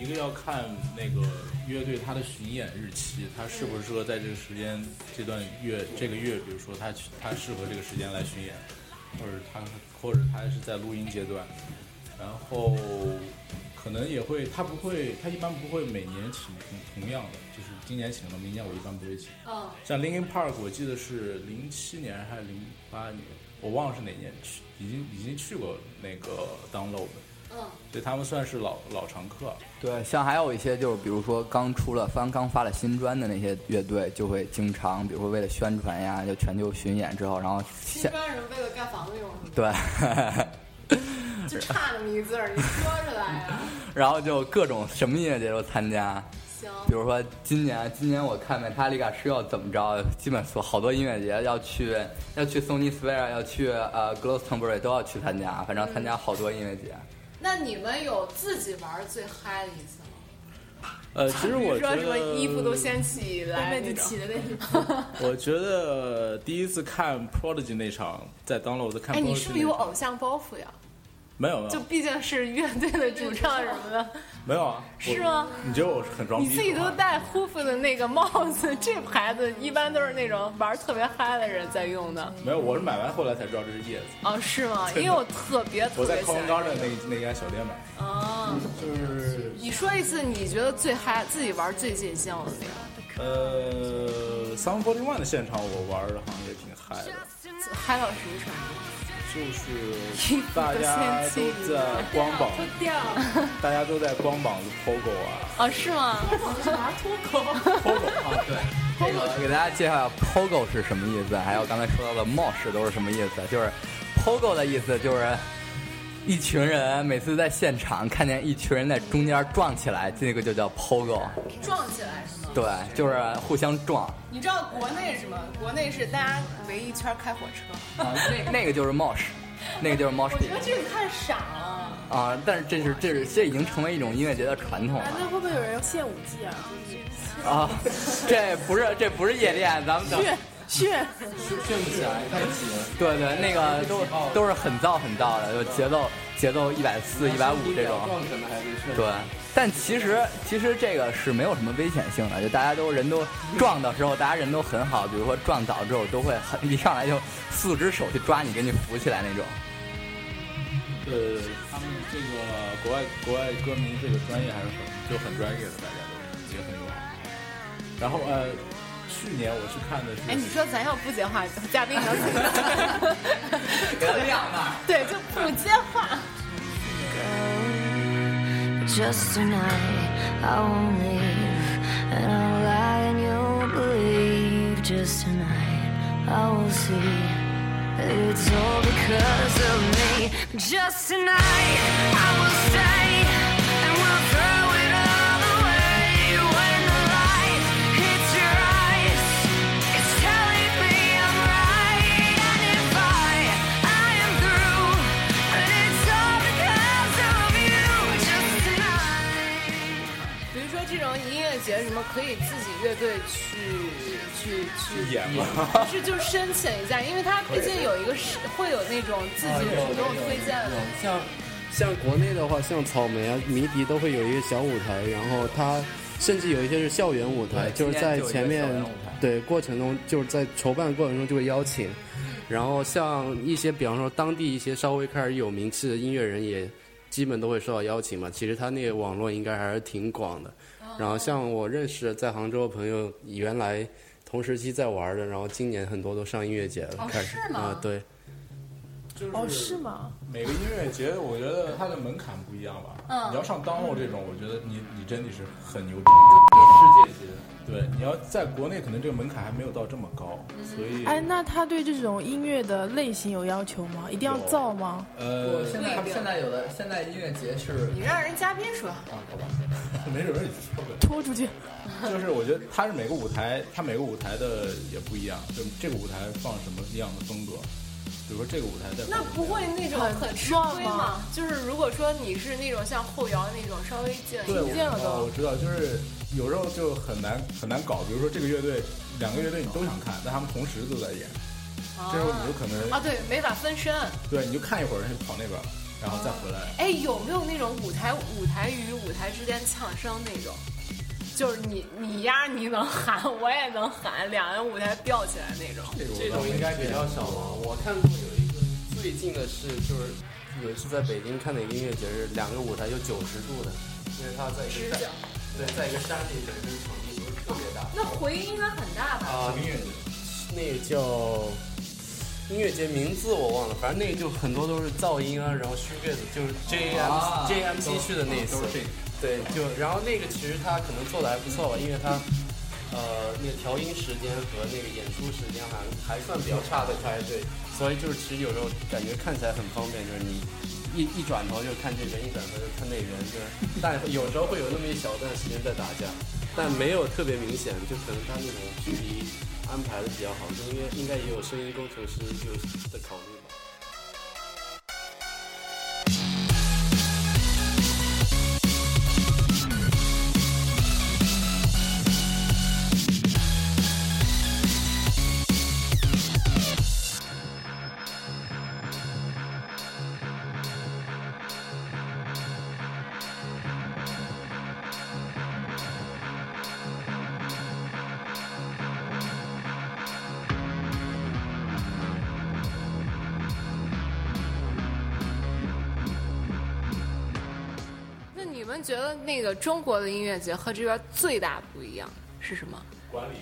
Speaker 5: 一个要看那个乐队它的巡演日期，它适不适合在这个时间这段月这个月，比如说它它适合这个时间来巡演。或者他或者他是在录音阶段，然后可能也会他不会他一般不会每年请同同样的，就是今年请了，明年我一般不会请。
Speaker 9: 嗯，
Speaker 5: 像 Linkin Park，我记得是零七年还是零八年，我忘了是哪年去，已经已经去过那个 Download，
Speaker 9: 嗯，
Speaker 5: 所以他们算是老老常客。
Speaker 3: 对，像还有一些就是，比如说刚出了翻、刚发了新专的那些乐队，就会经常，比如说为了宣传呀，就全球巡演之后，然后
Speaker 9: 新
Speaker 3: 现
Speaker 9: 专人为了盖房子用，
Speaker 3: 对，
Speaker 9: 就差那么一字儿，你说出来 呀、
Speaker 3: 然后就各种什么音乐节都参加。
Speaker 9: 行，
Speaker 3: 比如说今年，今年我看 Metallica 是要怎么着，基本所好多音乐节要去，要去 Sony Sphere，要去呃 Glastonbury 都要去参加，反正参加好多音乐节。
Speaker 9: 那你们有自己玩儿最嗨的一次吗？
Speaker 5: 呃，其实
Speaker 2: 比
Speaker 5: 我
Speaker 2: 如
Speaker 5: 觉
Speaker 2: 说
Speaker 5: 得
Speaker 2: 什么衣服都掀起来
Speaker 10: 妹
Speaker 2: 那
Speaker 10: 就
Speaker 2: 种
Speaker 10: 起。的那一
Speaker 5: 我觉得第一次看 Prodigy 那场，在 Download 看 Prodigy 那场，
Speaker 2: 哎，你是不是有偶像包袱呀？
Speaker 5: 没有没
Speaker 2: 就
Speaker 5: 有
Speaker 2: 毕竟是乐队的主唱什么的，
Speaker 5: 没有啊？我
Speaker 2: 是吗？
Speaker 5: 你觉得我是很装逼
Speaker 2: 你
Speaker 5: 吗？
Speaker 2: 自己都戴护肤的那个帽子， 这牌子一般都是那种玩儿特别嗨的人在用的。
Speaker 5: 没有，我是买完后来才知道这是叶子。
Speaker 2: 哦，是吗？
Speaker 5: 真的
Speaker 2: 因为我特别特
Speaker 5: 我在
Speaker 2: 别喜
Speaker 5: c o
Speaker 2: 欢
Speaker 5: v e n g a r d e n 那那家小店买，
Speaker 2: 啊。
Speaker 5: 就是
Speaker 2: 你说一次你觉得最嗨、自己玩最尽兴的那个，
Speaker 5: 呃 s u n Forty One 的现场我玩的好像也挺嗨的，
Speaker 2: 嗨到什么程度？
Speaker 5: 就是大家都在光膀，
Speaker 9: 掉
Speaker 5: 大家都在光膀子 POGO 啊
Speaker 2: 哦，是吗？
Speaker 5: ，POGO 啊，对，
Speaker 3: 这个给大家介绍一下 POGO 是什么意思，还有刚才说到的 mosh 都是什么意思。就是 POGO 的意思就是一群人每次在现场看见一群人在中间撞起来，这个就叫 POGO。
Speaker 9: 撞起来是吗？
Speaker 3: 对，就是互相撞。
Speaker 9: 你知道国内是什么？国内是大家围一圈儿开火车，
Speaker 3: 啊，那那个就是 mosh，那个就是 mosh
Speaker 9: 我
Speaker 3: pit
Speaker 9: 觉得这个太傻了。
Speaker 3: 啊。但是这是这是这已经成为一种音乐节的传统
Speaker 1: 哎，
Speaker 3: 了
Speaker 1: 那会不会有人献舞技啊？
Speaker 3: 啊。这不是这不是夜店，咱们等
Speaker 1: 炫炫，
Speaker 3: 对对，那个都都是很燥很燥的，就节奏节奏一百四、一百五这种。对，但其实其实这个是没有什么危险性的，就大家都人都撞的时候，大家人都很好，比如说撞倒之后都会很一上来就四只手去抓你，给你扶起来那种。
Speaker 5: 呃，他们这个国外国外歌迷这个专业还是很就很专业的，大家都也很友好。然后呃，去年我去看的是，
Speaker 2: 哎，你说咱要不接话，嘉宾能怎么 办
Speaker 3: 能量吧。
Speaker 2: 对，就不接话。
Speaker 13: Just tonight, I won't leave, and I'll lie and you'll believe. Just tonight, I will see that it's all because of me. Just tonight, I will stay, and we'll throw it all away when the light hits your eyes. It's telling me I'm right, and if I I am through, but it's all because of you. Just tonight.
Speaker 2: 比如说这种音乐节，什么可以自己乐队去去去
Speaker 5: 演嘛，
Speaker 2: 不是就申请一下，因为它毕竟有一个是会有那种自己主动推荐的。
Speaker 8: 像像国内的话，像草莓啊、迷笛都会有一个小舞台，然后它甚至有一些是校园舞台，
Speaker 3: 对
Speaker 8: 就是在
Speaker 3: 今年就有一个
Speaker 8: 前面
Speaker 3: 校园舞台
Speaker 8: 对过程中，就是在筹办过程中就会邀请，
Speaker 3: 嗯
Speaker 8: 然后像一些比方说当地一些稍微开始有名气的音乐人也基本都会受到邀请嘛。其实他那个网络应该还是挺广的。
Speaker 3: 哦
Speaker 8: 然后像我认识的在杭州的朋友，原来同时期在玩的，然后今年很多都上音乐节
Speaker 3: 哦
Speaker 8: 了，开始
Speaker 9: 是吗
Speaker 8: 啊、对。
Speaker 5: 就 是
Speaker 1: 哦，是吗？
Speaker 5: 每个音乐节，我觉得它的门槛不一样吧。
Speaker 9: 嗯
Speaker 5: 你要上 download 这种，我觉得你你真的是很牛逼，世界级。对，你要在国内，可能这个门槛还没有到这么高，所以
Speaker 1: 哎，那他对这种音乐的类型有要求吗？一定要造吗？
Speaker 5: 呃，
Speaker 3: 现在现在有的现在音乐节是
Speaker 2: 你让人嘉宾说，
Speaker 5: 没准儿也说不定
Speaker 1: 拖出去，
Speaker 5: 就是我觉得它是每个舞台，它每个舞台的也不一样，就这个舞台放什么样的风格，比如说这个舞台在
Speaker 2: 那不会那种很吃亏吗？就是如果说你是那种像后摇那种稍微近一
Speaker 5: 对，我
Speaker 2: 点
Speaker 5: 知
Speaker 1: 见了
Speaker 5: 道，
Speaker 1: 都
Speaker 5: 我知道，就是有时候就很难很难搞，比如说这个乐队，两个乐队你都想看，但他们同时都在演，
Speaker 2: 哦
Speaker 5: 这时候你就可能
Speaker 2: 啊，对，没法分身。
Speaker 5: 对，你就看一会儿，就跑那边儿，然后再回来。
Speaker 2: 哎，有没有那种舞台舞台与舞台之间呛声那种？就是你你呀，你能喊，我也能喊，两人舞台吊起来那种。
Speaker 5: 这个我
Speaker 6: 这
Speaker 5: 倒
Speaker 6: 种
Speaker 5: 没
Speaker 6: 应该比较少吧？我看过有一个叫
Speaker 8: 最近的是，就是有一次在北京看的一个音乐节，是两个舞台有九十度的，因为它在一个山，对，在一个山里边，那个场地不是特别大。
Speaker 14: 那回音应该很大吧？
Speaker 8: 啊，音乐那个叫音乐节名字我忘了，反正那个就很多都是噪音啊，然后虚盖子，就是 JM、
Speaker 3: 啊
Speaker 8: JMC 去的那一次
Speaker 3: 都是这个，
Speaker 8: 对，就然后那个其实他可能做的还不错吧，因为他呃那个调音时间和那个演出时间好像还算比较差的开，对，所以就是其实有时候感觉看起来很方便，就是你。一一转头就看这边，一转头就看那边，就是，但有时候会有那么一小段时间在打架，但没有特别明显，就可能他那种距离安排的比较好，就应该应该也有声音工程师就的考虑吧。
Speaker 2: 那你们觉得那个中国的音乐节和这边最大不一样是什么？
Speaker 5: 管理，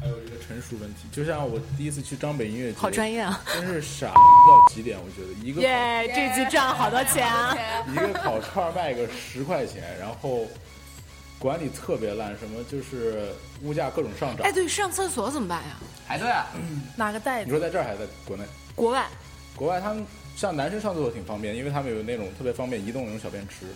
Speaker 5: 还有一个成熟问题。就像我第一次去张北音乐节，
Speaker 2: 好专业啊！
Speaker 5: 真是傻到极点，我觉得一个
Speaker 2: 耶，哎这局赚好多钱啊！
Speaker 5: 一个烤串儿卖个十块钱，然后管理特别烂，什么就是物价各种上涨。
Speaker 2: 哎，对，上厕所怎么办呀？
Speaker 3: 排队啊！
Speaker 1: 拿个袋
Speaker 5: 你说在这儿还是在国内？
Speaker 2: 国外，
Speaker 5: 国外他们像男生上厕所挺方便，因为他们有那种特别方便移动的那种小便池，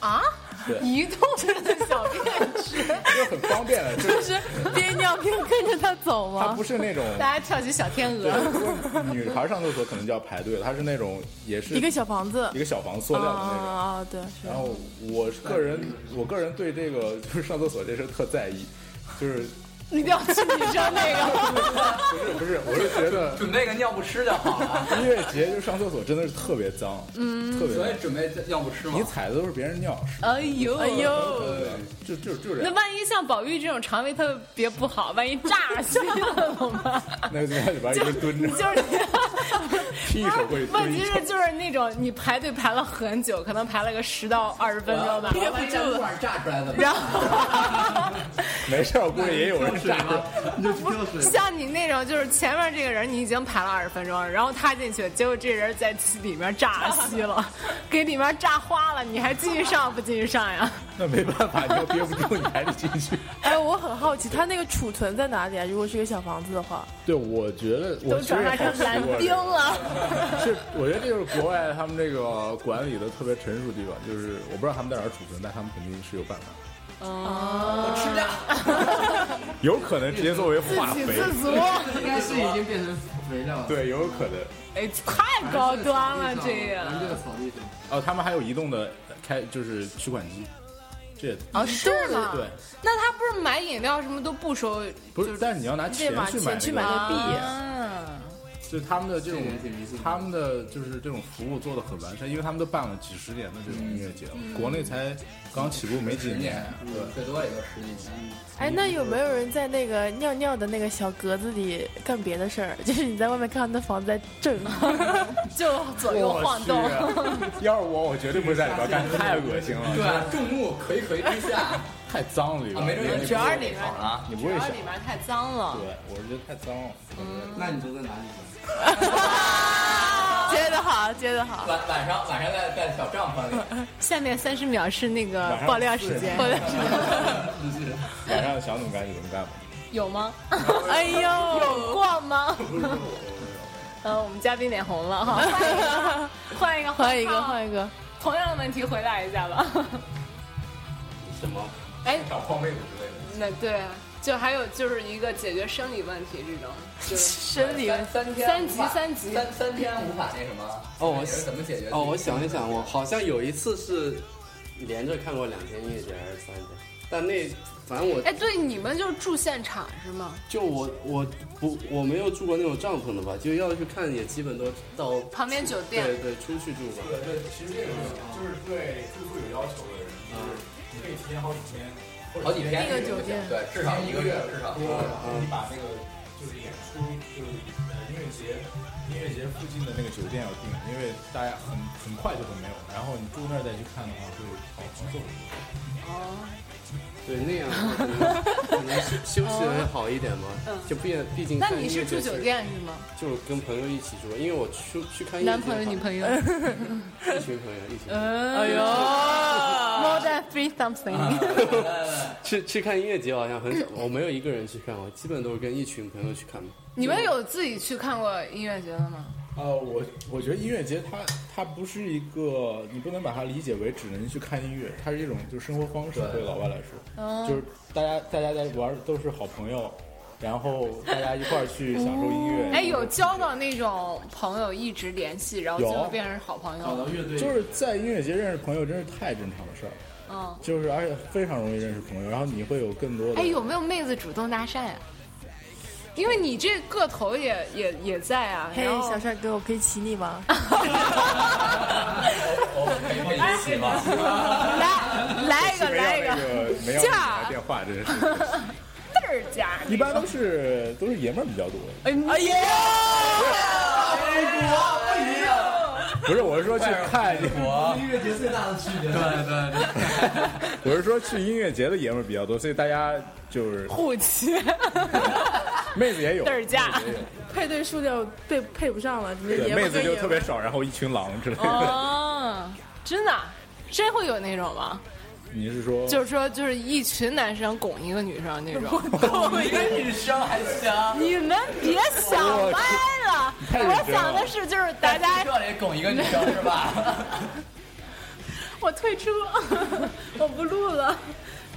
Speaker 2: 啊
Speaker 5: 对
Speaker 2: 移动的小便 池，
Speaker 5: 就很方便的，就是
Speaker 2: 就是憋尿片跟着他走吗？
Speaker 5: 它不是那 种
Speaker 1: 啊
Speaker 2: 大家跳起小天鹅，
Speaker 5: 女孩上厕所可能就要排队了，它是那种也是
Speaker 1: 一个小房子，
Speaker 5: 一个小房塑料的那种。
Speaker 1: 啊，对，是
Speaker 5: 然后我是个人，我个人对这个就是上厕所这事儿特在意，就是
Speaker 2: 一定要去 你这那个。
Speaker 5: 不是不是，我是觉得
Speaker 3: 准备个尿不湿就好 了。
Speaker 5: 音乐节就上厕所真的是特别脏，嗯，特别
Speaker 3: 所
Speaker 5: 脏
Speaker 3: 以，准备尿不湿吗
Speaker 5: 你？踩的都是别人尿，
Speaker 2: 哎呦哎呦！
Speaker 5: 对，就就就这
Speaker 2: 那
Speaker 5: 样，
Speaker 2: 万一像宝玉这种肠胃特别不好，万一 炸去了怎么办？
Speaker 5: 那个就在里边一个蹲着，
Speaker 2: 就是。
Speaker 5: 踢一手过去
Speaker 2: 问
Speaker 5: 蹲
Speaker 2: 题
Speaker 5: 一
Speaker 2: 是，
Speaker 5: 手，
Speaker 2: 就是那种你排队排了很久，可能排了个十到二十分钟吧，
Speaker 3: 憋不住 了，炸出来的。
Speaker 2: 然后
Speaker 5: 没事儿，我估计也有人是这样，
Speaker 2: 像你那种，就是前面这个人你已经排了二十分钟了，然后他进去，结果这人在里面炸稀了，给里面炸花了，你还继续上不继续上呀？
Speaker 5: 那没办法，你又憋不住，你还得进去。
Speaker 1: 哎，我很好奇，它那个储存在哪里啊？如果是一个小房子的话，
Speaker 5: 对，我觉得我
Speaker 2: 都转化成蓝丁了。
Speaker 5: 是，我觉得这就是国外他们这个管理的特别成熟的地方，就是我不知道他们在哪儿储存，但他们肯定是有办法，
Speaker 2: 哦
Speaker 3: 吃掉。
Speaker 5: 有可能直接作为化
Speaker 2: 自给
Speaker 5: 肥，
Speaker 2: 自足，
Speaker 3: 应该是已经变成肥料了。
Speaker 5: 对，有可能。
Speaker 2: 哎，太高端了，这
Speaker 3: 咱们
Speaker 2: 个。
Speaker 3: 这个草地上，
Speaker 5: 哦，他们还有移动的开，就是取款机，这也
Speaker 2: 哦，是吗？
Speaker 5: 对，
Speaker 2: 那他不是买饮料什么都不收
Speaker 5: 不是，但是你要拿钱
Speaker 1: 对吧？
Speaker 5: 去买
Speaker 1: 钱去买
Speaker 5: 那个，啊
Speaker 1: 那币，
Speaker 2: 啊？
Speaker 5: 就是他们的这种
Speaker 3: 这个也挺迷信的，
Speaker 5: 他们的就是这种服务做的很完善，因为他们都办了几十年的这种音乐节了，
Speaker 3: 嗯
Speaker 5: 国内才刚起步没几
Speaker 3: 十
Speaker 5: 年
Speaker 3: 年，，
Speaker 5: 对。
Speaker 3: 最多也就十几年。
Speaker 1: 哎，那有没有人在那个尿尿的那个小格子里干别的事儿？就是你在外面看到那房子在 震，
Speaker 2: 就左右晃动。
Speaker 5: 我去，啊要是我，我绝对不会在里 边干，太恶心了，
Speaker 3: 对啊，众目睽睽之下，啊，
Speaker 5: 太脏了里边，
Speaker 3: 没准有人
Speaker 2: 主要是
Speaker 3: 里
Speaker 2: 里
Speaker 3: 面
Speaker 2: 面
Speaker 3: 了。
Speaker 5: 你不
Speaker 2: 主
Speaker 5: 会
Speaker 2: 要
Speaker 5: 想
Speaker 2: 是，里面太脏了
Speaker 5: 对，，我是觉得太脏了。
Speaker 3: 那你就在哪里呢？
Speaker 1: 接得好，接得好。
Speaker 3: 晚晚上晚上在在小帐 篷里。
Speaker 2: 下面三十秒是那个
Speaker 5: 晚上
Speaker 2: 爆料时间，
Speaker 5: 是
Speaker 2: 爆料时间
Speaker 5: 晚上想怎么干就怎么干吧。
Speaker 2: 有吗？ 哎呦，有过 吗？呃，我们嘉宾脸红了哈， 换一个，
Speaker 1: 换一个，
Speaker 2: 一个，
Speaker 1: 换一个。
Speaker 2: 同样的问题回答一下吧。
Speaker 8: 什么？
Speaker 2: 哎，
Speaker 5: 找泡妹子之类的。
Speaker 2: 那对啊，就还有就是一个解决生理问题这种， 就是
Speaker 1: 生理，
Speaker 3: 三三天
Speaker 2: 三
Speaker 3: 无
Speaker 2: 级
Speaker 3: 法
Speaker 2: 三级
Speaker 3: 三三天无法那什么？
Speaker 8: 哦我
Speaker 3: 你是怎么解决？
Speaker 8: 哦，我想一想，我好像有一次是连着看过两天音乐节还是三天，但那反正我
Speaker 2: 哎，对，你们就是住现场是吗？
Speaker 8: 就我我不我没有住过那种帐篷的吧，就要去看也基本都到
Speaker 2: 旁边酒店
Speaker 8: 对对，出去住吧。
Speaker 5: 对，其实这个就是对住宿有要求的人，你可以提前好几天，
Speaker 3: 好几
Speaker 1: 那
Speaker 3: 天
Speaker 1: 个酒店
Speaker 3: 对，至少一个月，至少。
Speaker 5: 嗯你把那个就是演出，就是呃音乐节，音乐节附近的那个酒店要订，因为大家很很快就会没有，然后你住那儿再去看的话，就好去做。
Speaker 9: 哦，
Speaker 8: 对，那样的话可能可能休休息的会好一点嘛
Speaker 2: 嗯。
Speaker 8: 就毕毕竟
Speaker 2: 那
Speaker 8: 看
Speaker 2: 你
Speaker 8: 音
Speaker 2: 是
Speaker 8: 乐
Speaker 2: 住
Speaker 8: 节
Speaker 2: 酒店是吗？
Speaker 8: 就跟朋友一起住，因为我出去看音乐
Speaker 2: 男
Speaker 8: 节
Speaker 2: 朋友、
Speaker 8: 好
Speaker 2: 女朋友？
Speaker 8: 一群朋友一群朋友。
Speaker 2: 哎呦，more than three something。
Speaker 8: 去去看音乐节好像很少，我没有一个人去看，我基本都是跟一群朋友去看的。
Speaker 2: 你们有自己去看过音乐节的吗？
Speaker 5: 呃，我我觉得音乐节它它不是一个，你不能把它理解为只能去看音乐，它是一种就是生活方式，对老外来
Speaker 2: 嗯
Speaker 5: 说，就是大家大家在玩儿都是好朋友，然后大家一块儿去享受音乐。
Speaker 2: 哎，有交到那种朋友一直联系，然后最后
Speaker 5: 有
Speaker 2: 变成好朋友。
Speaker 5: 就是在音乐节认识朋友真是太正常的事儿，
Speaker 2: 嗯，
Speaker 5: 就是而且非常容易认识朋友，然后你会有更多的。
Speaker 2: 哎，有没有妹子主动搭讪呀、因为你这个头也也也在啊，
Speaker 1: 嘿
Speaker 2: 然，后
Speaker 1: 小帅哥，我可以骑你吗？
Speaker 3: 一起吗？
Speaker 2: 来来一个来一
Speaker 5: 没
Speaker 2: 个，
Speaker 5: 有
Speaker 2: 驾
Speaker 5: 电话，真是。
Speaker 2: 嘚儿驾，
Speaker 5: 一般都是都是爷们儿比较多，
Speaker 2: 哎呀，
Speaker 5: 不是，我是说去看
Speaker 3: 我
Speaker 15: 音乐节最大的区别，
Speaker 3: 对对，
Speaker 5: 我是说去音乐节的爷们儿比较多，所以大家就是
Speaker 2: 互骑，
Speaker 5: 妹子也有，
Speaker 2: 嘚儿驾，
Speaker 1: 配对数量配配不上了，你们
Speaker 5: 对，
Speaker 1: 爷
Speaker 5: 妹
Speaker 1: 们
Speaker 5: 子
Speaker 1: 跟
Speaker 5: 就
Speaker 1: 爷
Speaker 5: 特别
Speaker 1: 们。
Speaker 5: 少，然后一群狼之类的。
Speaker 2: 哦，真的啊，真会有那种吗？
Speaker 5: 你是说
Speaker 2: 就是说，就是一群男生拱一个女生那种，
Speaker 3: 我一个女生还行，
Speaker 2: 你们别想歪了，
Speaker 3: 太认真了
Speaker 2: 我想的是就是大家
Speaker 3: 这里拱一个女 生是吧？
Speaker 2: 我退出，我不录了。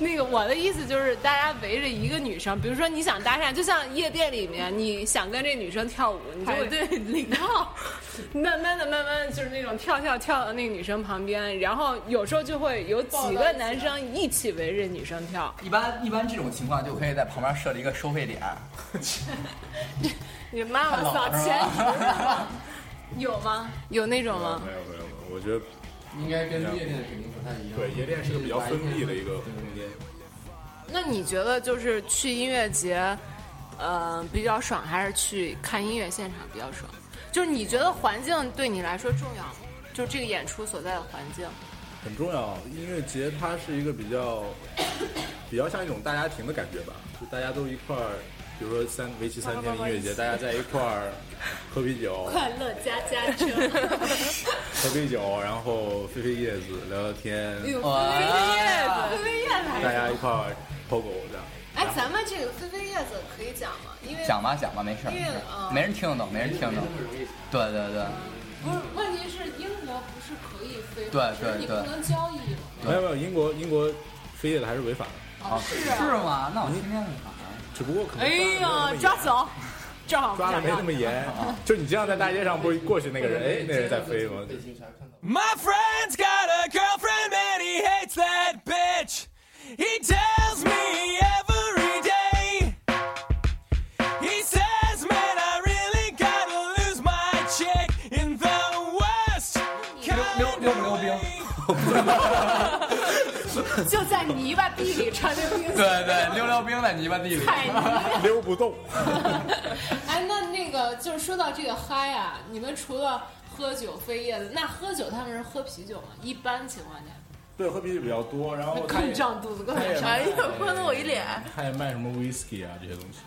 Speaker 2: 那个我的意思就是，大家围着一个女生，比如说你想搭讪，就像夜店里面，你想跟这女生跳舞，你就
Speaker 9: 排
Speaker 2: 会对 领号，慢慢的、慢慢的就是那种跳跳跳到那个女生旁边，然后有时候就会有几个男生一起围着女生跳。
Speaker 3: 一般一般这种情况就可以在旁边设立一个收费点，
Speaker 2: 你妈妈扫 前指，有吗？有那种吗？
Speaker 5: 没有没有，我觉得
Speaker 8: 应该跟夜店肯定不太一样。
Speaker 5: 对夜店是个比较封闭的一个空间。
Speaker 2: 那你觉得就是去音乐节，呃，比较爽，还是去看音乐现场比较爽？就是你觉得环境对你来说重要吗？就这个演出所在的环境，
Speaker 5: 很重要。音乐节它是一个比较比较像一种大家庭的感觉吧，就大家都一块儿，比如说三为期三天的音乐节，大家在一块儿喝啤酒，
Speaker 9: 快乐加加 车，
Speaker 5: 喝啤酒，然后飞飞叶子聊聊天，
Speaker 2: 叶
Speaker 9: 飞飞叶子
Speaker 5: 大家一块儿偷狗这样。
Speaker 2: 哎，咱们这个飞飞叶子可以讲吗？因为
Speaker 3: 讲吧讲吧，没事儿没事儿，没人听得懂，没人听得懂。对对对，
Speaker 2: 嗯不是，问题是英国不是可以飞，
Speaker 3: 对
Speaker 2: 只是
Speaker 3: 对
Speaker 2: 你不
Speaker 3: 对
Speaker 2: 能交易了。
Speaker 5: 没有没有，英国英国飞叶子还是违法的，
Speaker 3: 啊是吗？那我今天干嘛呀？
Speaker 5: 只不过可能
Speaker 2: 哎呀，抓走，正好
Speaker 5: 抓的没那么严， 就是你这样在大街上不是过去那个人，哎，那人在飞吗？
Speaker 4: My friend's got a girlfriend and he hates that bitch. He tells me every day. He says, man, I really gotta lose my chick in the West.
Speaker 3: 溜溜不溜冰？
Speaker 9: 就在泥巴地里穿着冰
Speaker 3: 对对，溜溜冰在泥巴地里。
Speaker 9: 踩泥。
Speaker 5: 溜不动。
Speaker 9: 哎，那那个就是说到这个嗨啊，你们除了喝酒飞叶子，那喝酒他们是喝啤酒吗？一般情况下，
Speaker 5: 对，喝啤酒比较多，然后他
Speaker 9: 更
Speaker 5: 也
Speaker 9: 胀肚子，更
Speaker 5: 也
Speaker 9: 胀。
Speaker 1: 哎呦，喷了我一脸。
Speaker 5: 他也卖什么 whisky 啊这些东西。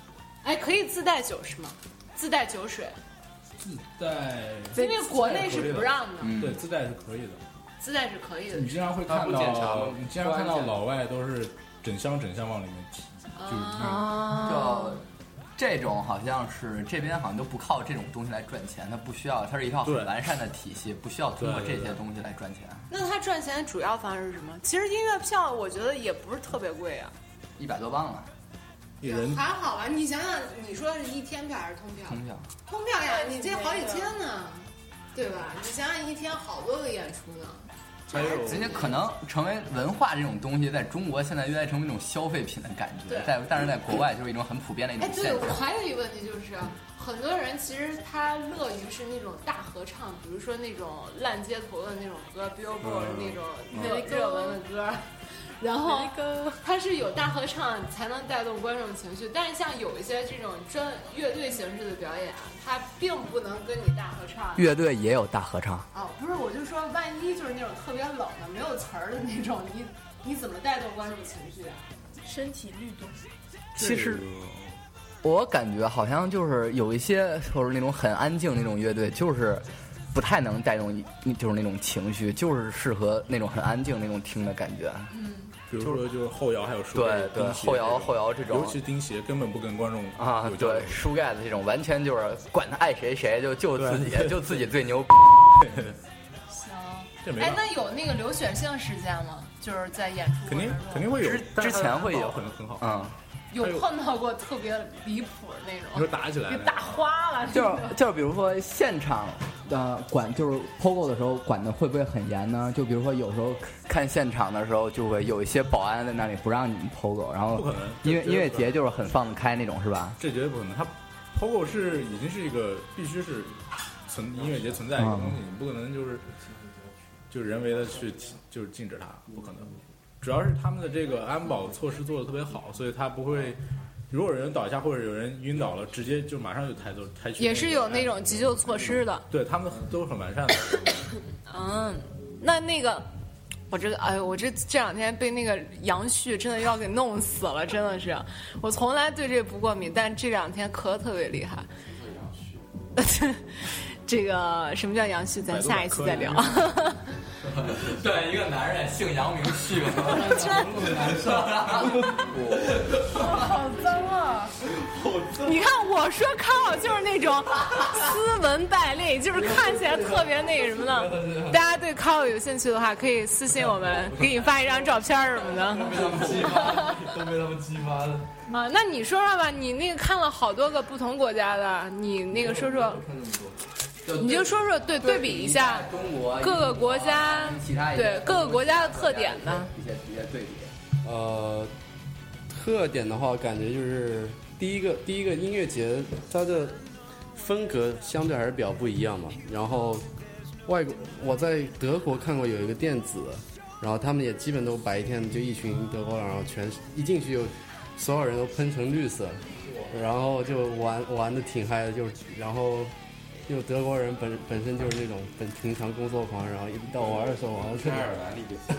Speaker 2: 哎，可以自带酒是吗？自带酒水，
Speaker 5: 自带，
Speaker 2: 因为国内是不让的，
Speaker 3: 嗯
Speaker 5: 对，自带是可以的。
Speaker 2: 自带是可以的。
Speaker 5: 你经常会
Speaker 3: 他
Speaker 5: 看
Speaker 3: 不检查
Speaker 5: 到
Speaker 3: 吗，
Speaker 5: 你经常看到老外都是整箱整箱往里面提，就是
Speaker 3: 就这种好像是这边好像都不靠这种东西来赚钱，它不需要，它是一套很
Speaker 5: 对
Speaker 3: 完善的体系，不需要通过
Speaker 5: 对对
Speaker 3: 这些
Speaker 5: 对
Speaker 3: 东西来赚钱。
Speaker 2: 那他赚钱的主要方式是什么？其实音乐票我觉得也不是特别贵啊，
Speaker 3: 一百多磅了，
Speaker 5: 一人
Speaker 2: 还好吧？你想想，你说是一天票还是通票？
Speaker 3: 通票。
Speaker 2: 通票呀，你这好几天呢，对吧？你想想一天好多个演出呢。
Speaker 5: 还有
Speaker 3: 人家可能成为文化这种东西，在中国现在越来越成为一种消费品的感觉
Speaker 2: 对，
Speaker 3: 在但是在国外就是一种很普遍的一
Speaker 9: 哎
Speaker 3: 种，现
Speaker 9: 对，
Speaker 3: 象。
Speaker 9: 我还有一个问题就是，很多人其实他乐于是那种大合唱，比如说那种烂街头的那种歌，Billboard 那种热热门的歌，
Speaker 2: 然后它是有大合唱才能带动观众情绪，但是像有一些这种专乐队形式的表演，它并不能跟你大合唱。
Speaker 3: 乐队也有大合唱，
Speaker 2: 哦，不是，我就说，万一就是那种特别冷的、没有词儿的那种，你你怎么带动观众情绪啊？
Speaker 1: 身体律动。
Speaker 3: 其实我感觉好像就是有一些或者那种很安静那种乐队，就是不太能带动一就是那种情绪，就是适合那种很安静那种听的感觉。
Speaker 5: 嗯比如说就是后摇还有
Speaker 3: 对对后摇后摇这种
Speaker 5: 尤其钉鞋根本不跟观众
Speaker 3: 啊，
Speaker 5: 有交流
Speaker 3: 对，书盖子这种完全就是管他爱谁谁，就就自己
Speaker 5: 对
Speaker 3: 就自己最牛逼。
Speaker 2: 行。
Speaker 3: 这没办
Speaker 2: 哎，
Speaker 3: 法
Speaker 2: 那有那个流血性事件吗？就是在演出
Speaker 5: 肯定肯定会有，
Speaker 3: 之前会有
Speaker 5: 很很好，
Speaker 3: 嗯，
Speaker 2: 有碰到过特别离谱的那种，
Speaker 5: 你说打起来
Speaker 2: 给打花了，
Speaker 15: 就是就是比如说现场呃管就是 POGO 的时候管的会不会很严呢？就比如说有时候
Speaker 3: 看现场的时候，就会有一些保安在那里不让你们 POGO，然
Speaker 5: 不
Speaker 3: 后
Speaker 5: 可能这
Speaker 3: 音乐
Speaker 5: 绝
Speaker 3: 音
Speaker 5: 对
Speaker 3: 乐
Speaker 5: 不可能
Speaker 3: 节就是很放得开那种，是吧？
Speaker 5: 这绝对不可能。它 POGO 是已经是一个必须是存音乐节存在的一个东西，你不可能就是就人为的去就是禁止它，不可能。主要是他们的这个安保措施做的特别好，所以它不会。如果有人倒下或者有人晕倒了，直接就马上就抬走抬去。
Speaker 2: 也是有那种急救措施的。
Speaker 5: 哎对他们都很完善的。
Speaker 2: 嗯，那那个，我这个，哎呦，我这这两天被那个杨絮真的要给弄死了，真的是，我从来对这不过敏，但这两天咳得特别厉害。 这个什么叫杨絮，咱下一期再聊。
Speaker 3: 对，一个男人姓杨名旭，
Speaker 1: 好脏啊！
Speaker 2: 你看我说靠，就是那种斯文败类，就是看起来特别那个什么的。大家对靠有兴趣的话，可以私信我们，给你发一张照片儿什么的。
Speaker 16: 都被他们激发了。
Speaker 2: 啊，那你说说吧，你那个看了好多个不同国家的，你那个说说，你就说说，对，对比一下
Speaker 3: 中国
Speaker 2: 各个国家
Speaker 3: 其他，一些
Speaker 2: 对各个国家的特点吧。
Speaker 3: 一些一些对比。
Speaker 8: 呃，特点的话，感觉就是第一个第一个音乐节，它的风格相对还是比较不一样嘛。然后外国我在德国看过有一个电子，然后他们也基本都白天就一群德国佬，然后全一进去就所有人都喷成绿色，然后就玩玩的挺嗨的，就然后。就德国人本本身就是那种本平常工作狂，然后一到玩的时候玩到特别
Speaker 7: 爱尔兰那个词儿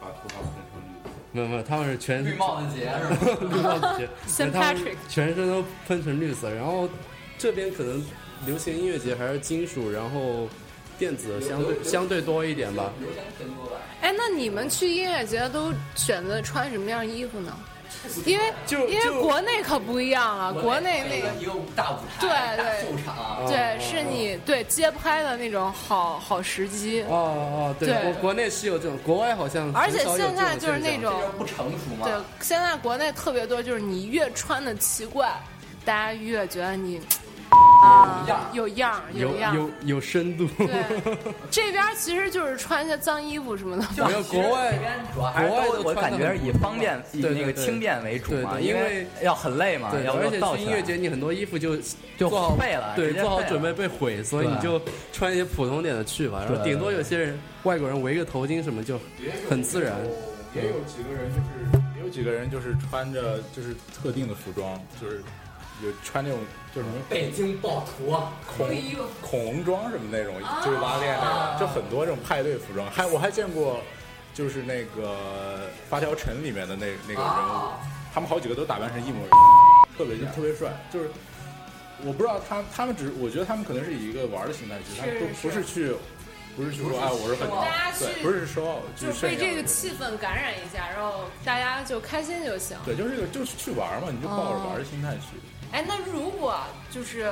Speaker 7: 把头发喷成绿色。
Speaker 8: 没有没有，他们是全
Speaker 7: 绿帽子节是吧
Speaker 8: 绿帽子节
Speaker 7: St.
Speaker 8: 他们
Speaker 7: Patrick
Speaker 8: 全身都喷成绿色。然后这边可能流行音乐节还是金属，然后电子相对相对多一点吧。
Speaker 2: 哎，那你们去音乐节都选择穿什么样衣服呢？因为因为国内可不一样了，国内那个
Speaker 3: 一个大舞
Speaker 2: 对
Speaker 3: 台，大
Speaker 2: 对
Speaker 3: 秀场，
Speaker 2: 对，是你对街拍的那种好好时机。
Speaker 8: 哦哦，对，
Speaker 2: 对
Speaker 8: 国国内是有这种，国外好像
Speaker 2: 而且
Speaker 8: 很少有
Speaker 2: 现在
Speaker 8: 这
Speaker 2: 就是那
Speaker 8: 现象
Speaker 2: 种
Speaker 3: 不成熟嘛
Speaker 2: 对，现在国内特别多，就是你越穿的奇怪，大家越觉得你啊有样儿有样
Speaker 8: 有
Speaker 2: 儿。
Speaker 8: 有有深度。
Speaker 2: 这边其实就是穿一些脏衣服什么的吧。
Speaker 8: 没有国外，
Speaker 3: 主要还是
Speaker 8: 国外
Speaker 3: 都我感觉是以方便以
Speaker 8: 对对
Speaker 3: 那个
Speaker 8: 对
Speaker 3: 轻便为主
Speaker 8: 对
Speaker 3: 嘛
Speaker 8: 对
Speaker 3: 因
Speaker 8: 因
Speaker 3: 为
Speaker 8: 为
Speaker 3: 要很累嘛
Speaker 8: 对
Speaker 3: 啊要
Speaker 8: 而
Speaker 3: 要
Speaker 8: 且
Speaker 3: 倒
Speaker 8: 去
Speaker 3: 起
Speaker 8: 音
Speaker 3: 来
Speaker 8: 乐节，你很多衣服就就
Speaker 3: 做
Speaker 8: 做好
Speaker 3: 好废了，
Speaker 8: 对，
Speaker 3: 直接
Speaker 8: 做好
Speaker 3: 废了
Speaker 8: 准备被毁，所以
Speaker 3: 对
Speaker 8: 你就穿一些普通点的去吧。然后
Speaker 3: 对
Speaker 8: 顶多有些人外国人围个头巾什么就很自然。
Speaker 5: 也有几个人就是也有几个人就是穿着就是特定的服装，就是有穿那种就是什么
Speaker 3: 北京暴徒啊
Speaker 5: 恐恐龙装什么那种，
Speaker 2: 啊
Speaker 5: 就是拉链那种，就很多这种派对服装。还我还见过，就是那个《发条城》里面的那那个人物，
Speaker 2: 啊
Speaker 5: 他们好几个都打扮成一模一样，特别特别帅，就是。我不知道他他们只，我觉得他们可能是以一个玩的心态去，他们都不是去，不是去说哎我是很
Speaker 2: 大家去
Speaker 5: 对，不是说
Speaker 2: 就是是被
Speaker 5: 炫
Speaker 2: 这
Speaker 5: 耀
Speaker 2: 个
Speaker 5: 的
Speaker 2: 气氛感染一下，然后大家就开心就行。
Speaker 5: 对，就是这个，就是去玩嘛，你就
Speaker 2: 哦
Speaker 5: 抱着玩的心态去。
Speaker 2: 哎，那如果就是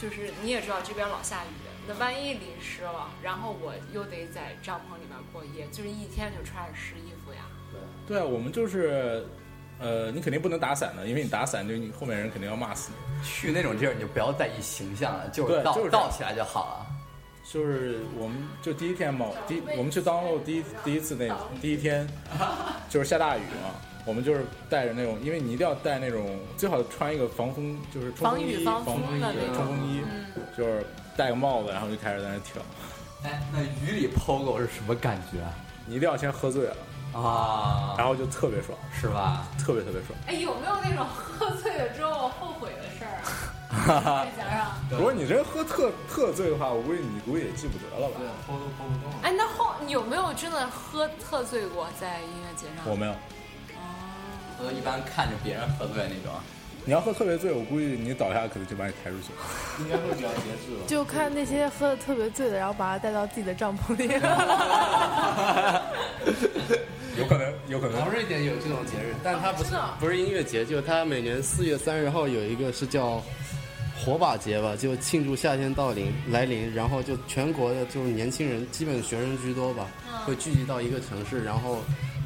Speaker 2: 就是你也知道这边老下雨，那万一淋湿了，然后我又得在帐篷里面过夜，就是一天就穿着湿衣服呀。
Speaker 5: 对啊，我们就是，呃，你肯定不能打伞的，因为你打伞就你后面人肯定要骂死你。
Speaker 3: 去那种地儿你就不要在意形象了，就是
Speaker 5: 对
Speaker 3: 倒
Speaker 5: 就是这样
Speaker 3: 倒起来就好了。
Speaker 5: 就是我们就第一天嘛，第我们去当漏第一第一次那第一天，就是下大雨嘛，我们就是带着那种，因为你一定要带那种最好穿一个防风，就是冲锋衣、
Speaker 2: 防
Speaker 5: 防
Speaker 2: 雨防风
Speaker 5: 风衣
Speaker 2: 的那种嗯
Speaker 5: 对、冲锋衣，就是戴个帽子，然后就开始在那跳。
Speaker 3: 哎，那雨里 POGO 是什么感觉？
Speaker 5: 你一定要先喝醉了，
Speaker 3: 啊，
Speaker 7: 然后就特别爽，
Speaker 3: 是吧？
Speaker 7: 特别特别爽。
Speaker 9: 哎，有没有那种喝醉了之后后悔的事儿啊？
Speaker 7: 如果你真喝特特醉的话，我估计你估计也记不得了吧？对，
Speaker 16: 抛都抛不动。
Speaker 9: 哎，那后你有没有真的喝特醉过在音乐节上？
Speaker 7: 我没有。
Speaker 3: 我呃一般看着别人喝醉那种。
Speaker 7: 你要喝特别醉，我估计你倒下可能就把你抬出去了。
Speaker 5: 应该会比较节制吧。
Speaker 1: 就看那些喝的特别醉的，然后把他带到自己的帐篷 里。
Speaker 7: 有可能，有可
Speaker 8: 能。瑞典有这种节日，但它不是
Speaker 1: 啊
Speaker 7: 不是音乐节，
Speaker 8: 就它每年四月三十号有一个是叫火把节吧，就庆祝夏天到临来临，然后就全国的就是年轻人，基本学生居多吧，
Speaker 1: 嗯
Speaker 8: 会聚集到一个城市，然后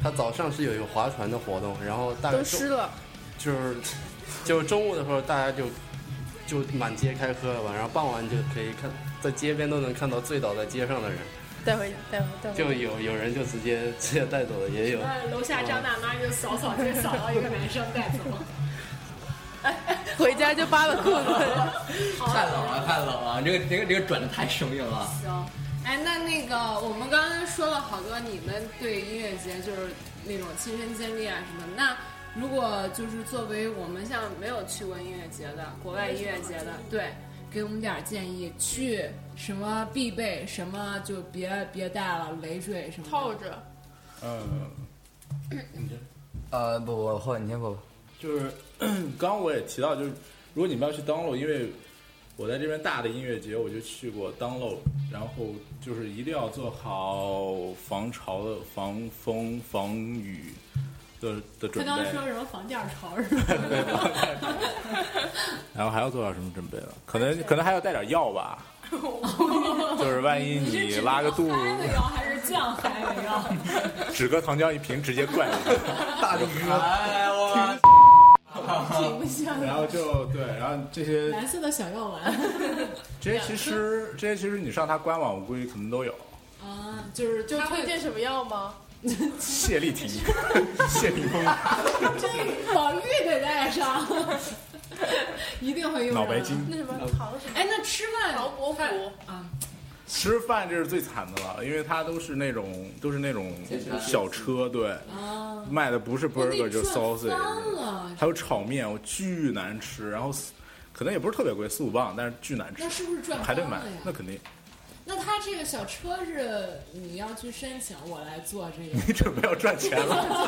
Speaker 8: 它早上是有一个划船的活动，然后大概
Speaker 1: 都
Speaker 8: 中
Speaker 1: 湿了，
Speaker 8: 就是 就是中午的时候大家就就满街开喝了吧，然后傍晚就可以看在街边都能看到醉倒在街上的人，
Speaker 1: 带回家，带回带回
Speaker 8: 就有有人就直接直接带走了，也有。
Speaker 9: 那楼下张大妈就扫扫街，扫到一个男生带走。
Speaker 1: 回家就扒了裤 子。
Speaker 2: 哦
Speaker 3: 太冷了，太冷了！这个这个这个转的太生硬了。
Speaker 9: 行，哎，那那个我们刚刚说了好多你们对音乐节就是那种亲身经历啊什么的。那如果就是作为我们像没有去过音乐节的国外音乐节的，对，给我们点儿建议，去什么必备，什么就别别带了，累赘什么套着。
Speaker 5: 嗯，
Speaker 3: 呃，不，我后你先说吧。
Speaker 5: 就是 刚刚我也提到，就是如果你们要去 download，因为我在这边大的音乐节我就去过 download，然后就是一定要做好防潮的、防风、防雨的的准备。
Speaker 9: 什么房价潮是吧？
Speaker 5: 然后还要做好什么准备了？可能可能还要带点药 吧，就是万一你拉个肚，
Speaker 9: 药还是降嗨 的药？
Speaker 7: 纸个糖浆一瓶直接灌下去，
Speaker 3: 大
Speaker 7: 肚
Speaker 3: 哎我
Speaker 9: 停不下来
Speaker 5: 然后就对，然后这些
Speaker 9: 蓝色的小药丸。
Speaker 5: 这些其 实这些其实你上他官网，我估计可能都有。
Speaker 9: 啊，就是
Speaker 1: 就推荐什么药吗？
Speaker 5: 谢丽婷，谢霆锋，
Speaker 9: 这宝玉得带 上，一定会用上
Speaker 5: 脑白金那
Speaker 1: 什么
Speaker 9: 糖什么？哎，那吃饭陶
Speaker 1: 伯虎
Speaker 9: 啊，
Speaker 5: 吃饭这是最惨的了，因为它都是那种都是那种小车，对，
Speaker 9: 啊，
Speaker 5: 卖的不是 burger 就是 sausage，
Speaker 9: 了
Speaker 5: 还有炒面，我巨难吃，然后四可能也不是特别贵，四五磅，但是巨难吃。
Speaker 9: 那是不是赚
Speaker 5: 还得
Speaker 9: 翻
Speaker 5: 买
Speaker 9: 了呀？
Speaker 5: 那肯定。
Speaker 9: 那他这个小车是你要去申请，我来做这个。
Speaker 5: 你准备要赚钱
Speaker 9: 了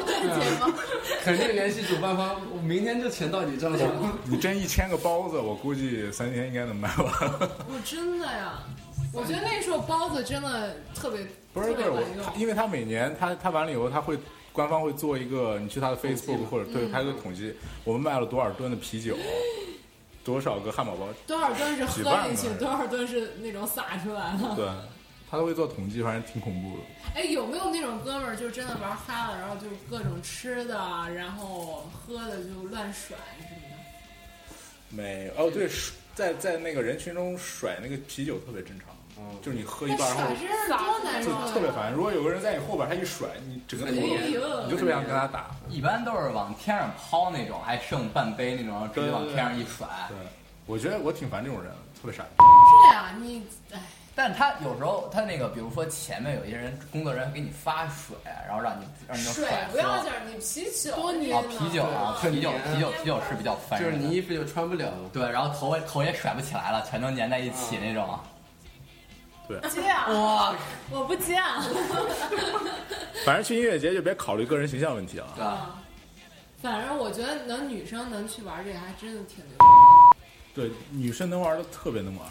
Speaker 8: 肯定联系主办方，我明天就钱到你账上。
Speaker 5: 你真一千个包子，我估计三天应该能卖完。
Speaker 9: 我真的呀，我觉得那时候包子真的特别
Speaker 5: 不是
Speaker 9: 特别
Speaker 5: 我
Speaker 9: 管用
Speaker 5: 它，。因为它每年它它完了以后，它会官方会做一个，你去它的 Facebook 或者对
Speaker 9: 嗯
Speaker 5: 它的统计，我们卖了多少吨的啤酒，多少个汉堡包，
Speaker 9: 多少吨是
Speaker 5: 几
Speaker 9: 喝
Speaker 5: 万
Speaker 9: 进去，
Speaker 5: 个
Speaker 9: 多少吨是那种洒出来的。
Speaker 5: 对，他都会做统计，反正挺恐怖的。
Speaker 9: 哎，有没有那种哥们儿就真的玩嗨了，然后就是各种吃的，啊然后喝的就乱甩什么的？
Speaker 5: 没有哦，对，甩在在那个人群中甩那个啤酒特别正常，就是你喝一半后
Speaker 9: 那甩真是多难
Speaker 5: 就
Speaker 9: 受啊！
Speaker 5: 特别烦。如果有个人在你后边，他一甩，你整个
Speaker 9: 哎
Speaker 5: 头你就特别想跟他打。
Speaker 3: 一般都是往天上抛那种，还剩半杯那种，然后直接往天上一甩。
Speaker 5: 对，我觉得我挺烦这种人，特别傻逼。
Speaker 9: 是呀，你哎，
Speaker 3: 但他有时候他那个，比如说前面有些人工作人员给你发水，然后让你让你用
Speaker 9: 水
Speaker 3: 喝。
Speaker 9: 不要劲儿，你啤酒多
Speaker 3: 啊，啤酒啊，
Speaker 8: 对
Speaker 3: 啤酒，
Speaker 8: 对
Speaker 3: 啤酒，啤酒是比较烦
Speaker 8: 就是
Speaker 3: 人的。
Speaker 8: 你衣服就穿不了了。
Speaker 3: 对，然后头也头也甩不起来了，全都粘在一
Speaker 5: 嗯
Speaker 3: 起那种。
Speaker 5: 对
Speaker 9: 接啊！
Speaker 3: 哇，
Speaker 9: 我不接啊！
Speaker 5: 反正去音乐节就别考虑个人形象问题啊。
Speaker 8: 嗯
Speaker 9: 反正我觉得能女生能去玩这个，还真的挺牛。
Speaker 5: 对，女生能玩的特别能玩，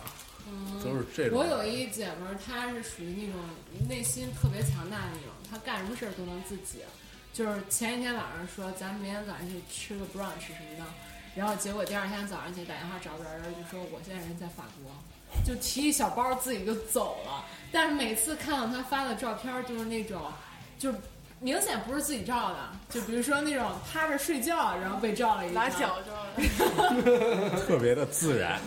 Speaker 9: 嗯
Speaker 5: 都是这种
Speaker 9: 我有一姐们儿，她是属于那种内心特别强大的那种，她干什么事儿都能自己。就是前一天晚上说咱们明天早上去吃个 brunch 什么的，然后结果第二天早上起来打电话找不着人，就说我现在人在法国，就提一小包自己就走了。但是每次看到她发的照片，就是那种，就明显不是自己照的，就比如说那种趴着睡觉，然后被照了一张，
Speaker 1: 拿脚
Speaker 9: 照
Speaker 5: 特别的自 然。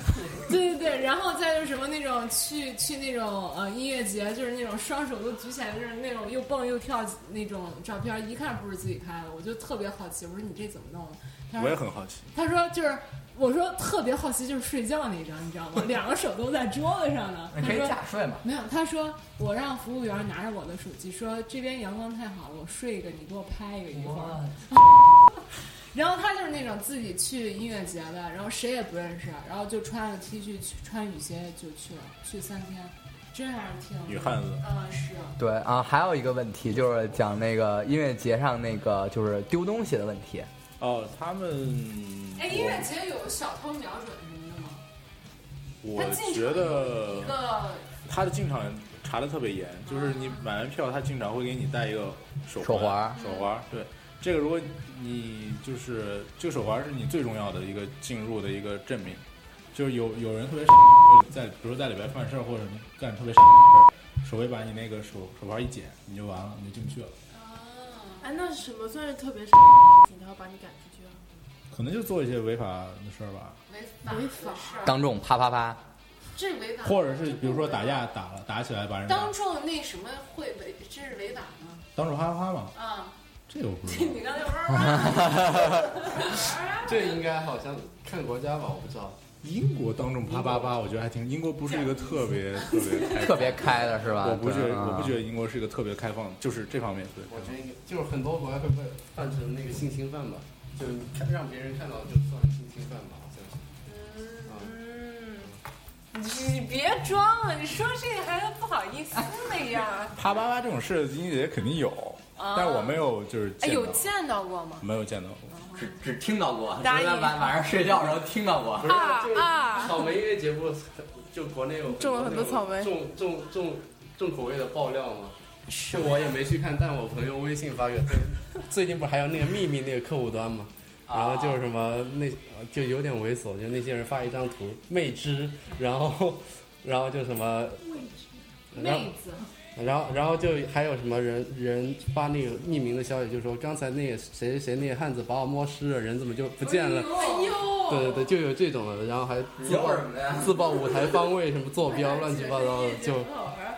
Speaker 9: 对对对，然后再就是什么那种去去那种呃音乐节，就是那种双手都举起来，就是那种又蹦又跳那种照片，一看不是自己拍的，我就特别好奇，我说你这怎么弄的？他说
Speaker 8: 我也很好奇。
Speaker 9: 他说就是。我说特别好奇，就是睡觉那一张，你知道吗？两个手都在桌子上呢。
Speaker 17: 你
Speaker 9: 他
Speaker 17: 可以
Speaker 9: 说
Speaker 17: 假睡嘛
Speaker 9: 没有，他说我让服务员拿着我的手机说这边阳光太好了，我睡一个，你给我拍一个一会儿。 然后他就是那种自己去音乐节的，然后谁也不认识，然后就穿了 T 恤去，穿雨鞋就去了，去三天，真还是挺
Speaker 3: 女汉子
Speaker 9: 嗯，是。
Speaker 3: 对啊，还有一个问题就是讲那个音乐节上那个就是丢东西的问题。
Speaker 5: 哦，他们
Speaker 9: 哎，音乐节有小偷瞄准什么的吗？
Speaker 5: 我
Speaker 9: 他进场
Speaker 5: 觉
Speaker 9: 有
Speaker 5: 得
Speaker 9: 一个
Speaker 5: 他的进场查的特别严，就是你买完票，他进场会给你带一个手
Speaker 3: 手环
Speaker 5: 环
Speaker 3: 儿，
Speaker 5: 手环儿。对，这个如果你就是这个手环儿是你最重要的一个进入的一个证明，就是有有人特别傻会在比如说在里边犯事儿或者你干特别傻的事儿，手会把你那个手手环儿一剪，你就完了，你就进不去了。
Speaker 9: 哦
Speaker 18: 哎，那什么算是特别傻？警察把你赶出去了？啊
Speaker 5: 可能就做一些违法的事儿吧，
Speaker 9: 违法违法，
Speaker 3: 当众啪啪啪，
Speaker 9: 这违法，
Speaker 5: 或者是比如说打架打了打起来把人打
Speaker 9: 当众那什么会违，这是违法 吗？
Speaker 5: 当众哈哈哈嘛，
Speaker 2: 嗯
Speaker 9: 啊，
Speaker 5: 这个我不知道。
Speaker 9: 你刚才玩
Speaker 8: 这应该好像看国家吧，我不知道。
Speaker 5: 英国当众啪啪啪，我觉得还挺。英国不是一个特别特别开
Speaker 3: 特别开的是吧
Speaker 5: 我不觉
Speaker 3: 对
Speaker 5: 得，
Speaker 3: 啊
Speaker 5: 我不觉得英国是一个特别开放，就是这方面对。
Speaker 8: 我觉得应该就是很多国家会犯犯成那个性侵犯吧，就看让别人看到就算性侵犯吧，好像是。
Speaker 2: 你别装了，你说这个还不好意思那样。
Speaker 5: 啪啪啪这种事，音乐节肯定有，
Speaker 2: 啊
Speaker 5: 但是我没有就是
Speaker 2: 哎，
Speaker 5: 见到
Speaker 2: 有，见到过吗？
Speaker 5: 没有见到过，
Speaker 3: 只只听到过
Speaker 2: 答应昨天晚晚
Speaker 3: 上睡觉的时候听到过
Speaker 8: 不是
Speaker 2: 啊
Speaker 8: 就
Speaker 2: 啊
Speaker 8: 草莓音乐节不是就国内有
Speaker 18: 种了很多草莓
Speaker 8: 重重重重口味的爆料吗？是我也没去看，但我朋友微信发给我。最近不是还有那个秘密那个客户端吗？
Speaker 9: 啊
Speaker 8: 然后就是什么那就有点猥琐，就那些人发一张图，媚汁，然后然后就什么然后
Speaker 9: 妹子，
Speaker 8: 然后，然后就还有什么人人发那个匿名的消息，就说刚才那个谁谁谁那个汉子把我摸湿了，人怎么就不见了？
Speaker 9: 哎呦，
Speaker 8: 对对对，就有这种的，然后还自
Speaker 3: 有
Speaker 8: 曝
Speaker 3: 什么呀
Speaker 8: 自曝舞台方位什么坐标乱七八糟的，就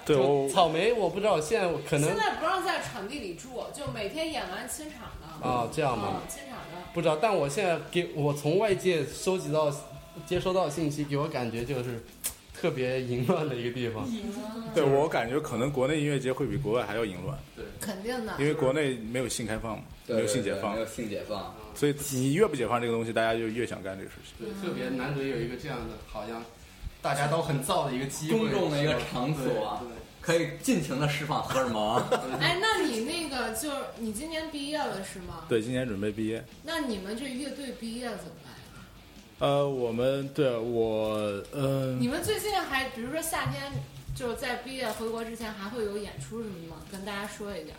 Speaker 5: 对
Speaker 8: 我草莓我不知道，现在我可能
Speaker 9: 现在不让在场地里住，就每天演完清场的。
Speaker 8: 啊这样吗
Speaker 9: 嗯清场的。
Speaker 8: 不知道，但我现在给我从外界收集到接收到信息，给我感觉就是特别淫乱的一个地方。
Speaker 5: 对我感觉可能国内音乐节会比国外还要淫乱，对，
Speaker 9: 肯定的
Speaker 5: 因为国内没有性开放嘛，没有性解放，
Speaker 3: 有性解放，
Speaker 5: 所以你越不解放这个东西，大家就越想干这个事情。
Speaker 8: 对，特别难得有一个这样的，好像大家都很燥的一个机会，
Speaker 3: 公众的一个
Speaker 8: 是吧
Speaker 3: 场所啊
Speaker 8: 对对，
Speaker 3: 可以尽情的释放荷尔蒙。
Speaker 9: 哎，那你那个就是你今年毕业了是吗？
Speaker 5: 对，今年准备毕业，
Speaker 9: 那你们这乐队毕业怎么办？
Speaker 5: 呃，我们对我嗯，
Speaker 9: 你们最近还比如说夏天，就是在毕业回国之前还会有演出什么的吗？跟大家说一下。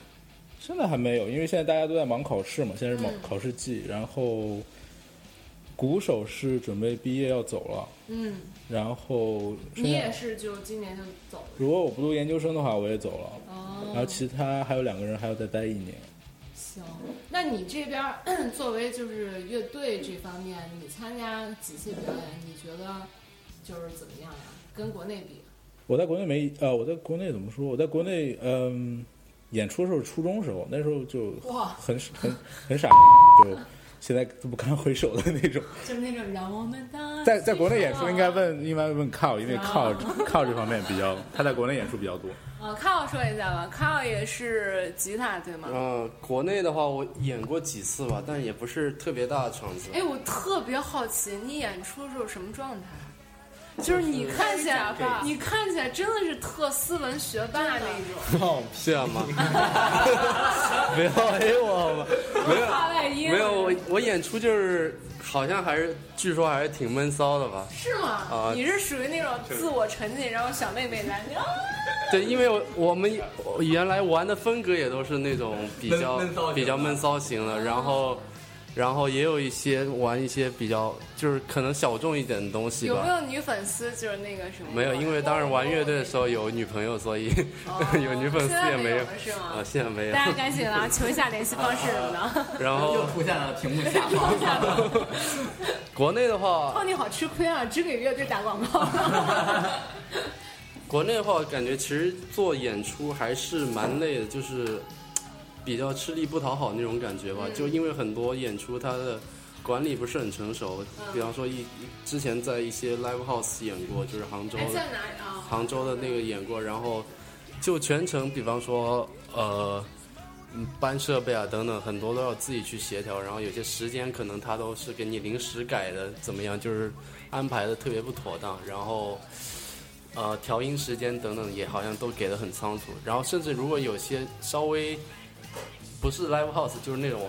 Speaker 5: 现在还没有，因为现在大家都在忙考试嘛，现在是忙
Speaker 9: 嗯
Speaker 5: 考试季。然后，鼓手是准备毕业要走了，
Speaker 9: 嗯，
Speaker 5: 然后剩
Speaker 9: 你
Speaker 5: 下
Speaker 9: 也是就今年就走了。
Speaker 5: 如果我不读研究生的话，我也走了。
Speaker 9: 哦
Speaker 5: 然后其他还有两个人还要再待一年。
Speaker 9: 行，那你这边儿 作为就是乐队这方面，你参加几次表演？你觉得就是怎么样呀？跟国内比，
Speaker 5: 我在国内没呃，我在国内怎么说？我在国内嗯、演出的时候初中时候，那时候就
Speaker 9: 哇
Speaker 5: 很很很傻，就现在都不堪回首的那种。
Speaker 9: 就是那种让我们 当
Speaker 5: 在在国内演出应该问应该问靠，因为靠
Speaker 9: 啊
Speaker 5: 靠这方面比较，他在国内演出比较多。
Speaker 2: 呃，康奥说一下吧，康奥也是吉他对吗？
Speaker 8: 嗯，国内的话我演过几次吧，但也不是特别大的场子。
Speaker 2: 哎，我特别好奇你演出的时候什么状态？啊就是你看起来
Speaker 8: 就是给，
Speaker 2: 你看起来真的是特斯文学霸那种。
Speaker 8: 哦，这样吗？ 没有，哎我没有
Speaker 2: 话外音
Speaker 8: 没有，我我演出就是好像还是据说还是挺闷骚的吧。
Speaker 2: 是吗？
Speaker 8: 啊
Speaker 2: 你是属于那种自我沉浸，然后小妹妹来，你啊
Speaker 8: 对，因为我我们我原来玩的风格也都是那种比较
Speaker 3: 闷闷骚型的
Speaker 8: 比较闷骚型的，然后然后也有一些玩一些比较就是可能小众一点的东西
Speaker 2: 有没
Speaker 8: 吧。
Speaker 2: 有女粉丝就是那个什么？
Speaker 8: 没有，因为当时玩乐队的时候有女朋友，所以、 有女粉丝也没有。
Speaker 2: 现在没有了是吗
Speaker 8: 啊，现在没有。
Speaker 2: 大家赶紧啊，求一下联系方式
Speaker 8: 啊
Speaker 2: 什么的。
Speaker 8: 然后
Speaker 3: 又出现了屏幕下方。
Speaker 8: 国内的话，
Speaker 2: 哦，你好吃亏啊，只给乐队打广 告。
Speaker 8: 国内的话，感觉其实做演出还是蛮累的，就是比较吃力不讨好那种感觉吧。
Speaker 2: 嗯
Speaker 8: 就因为很多演出它的管理不是很成熟。比方说一一之前在一些 live house 演过，就是杭州
Speaker 9: 哎，
Speaker 8: 的
Speaker 9: 在哪里啊？
Speaker 8: 杭州的那个演过，然后就全程，比方说呃，嗯搬设备啊等等，很多都要自己去协调，然后有些时间可能他都是给你临时改的，怎么样，就是安排的特别不妥当，然后。呃，调音时间等等也好像都给的很仓促，然后甚至如果有些稍微不是 live house，就是那种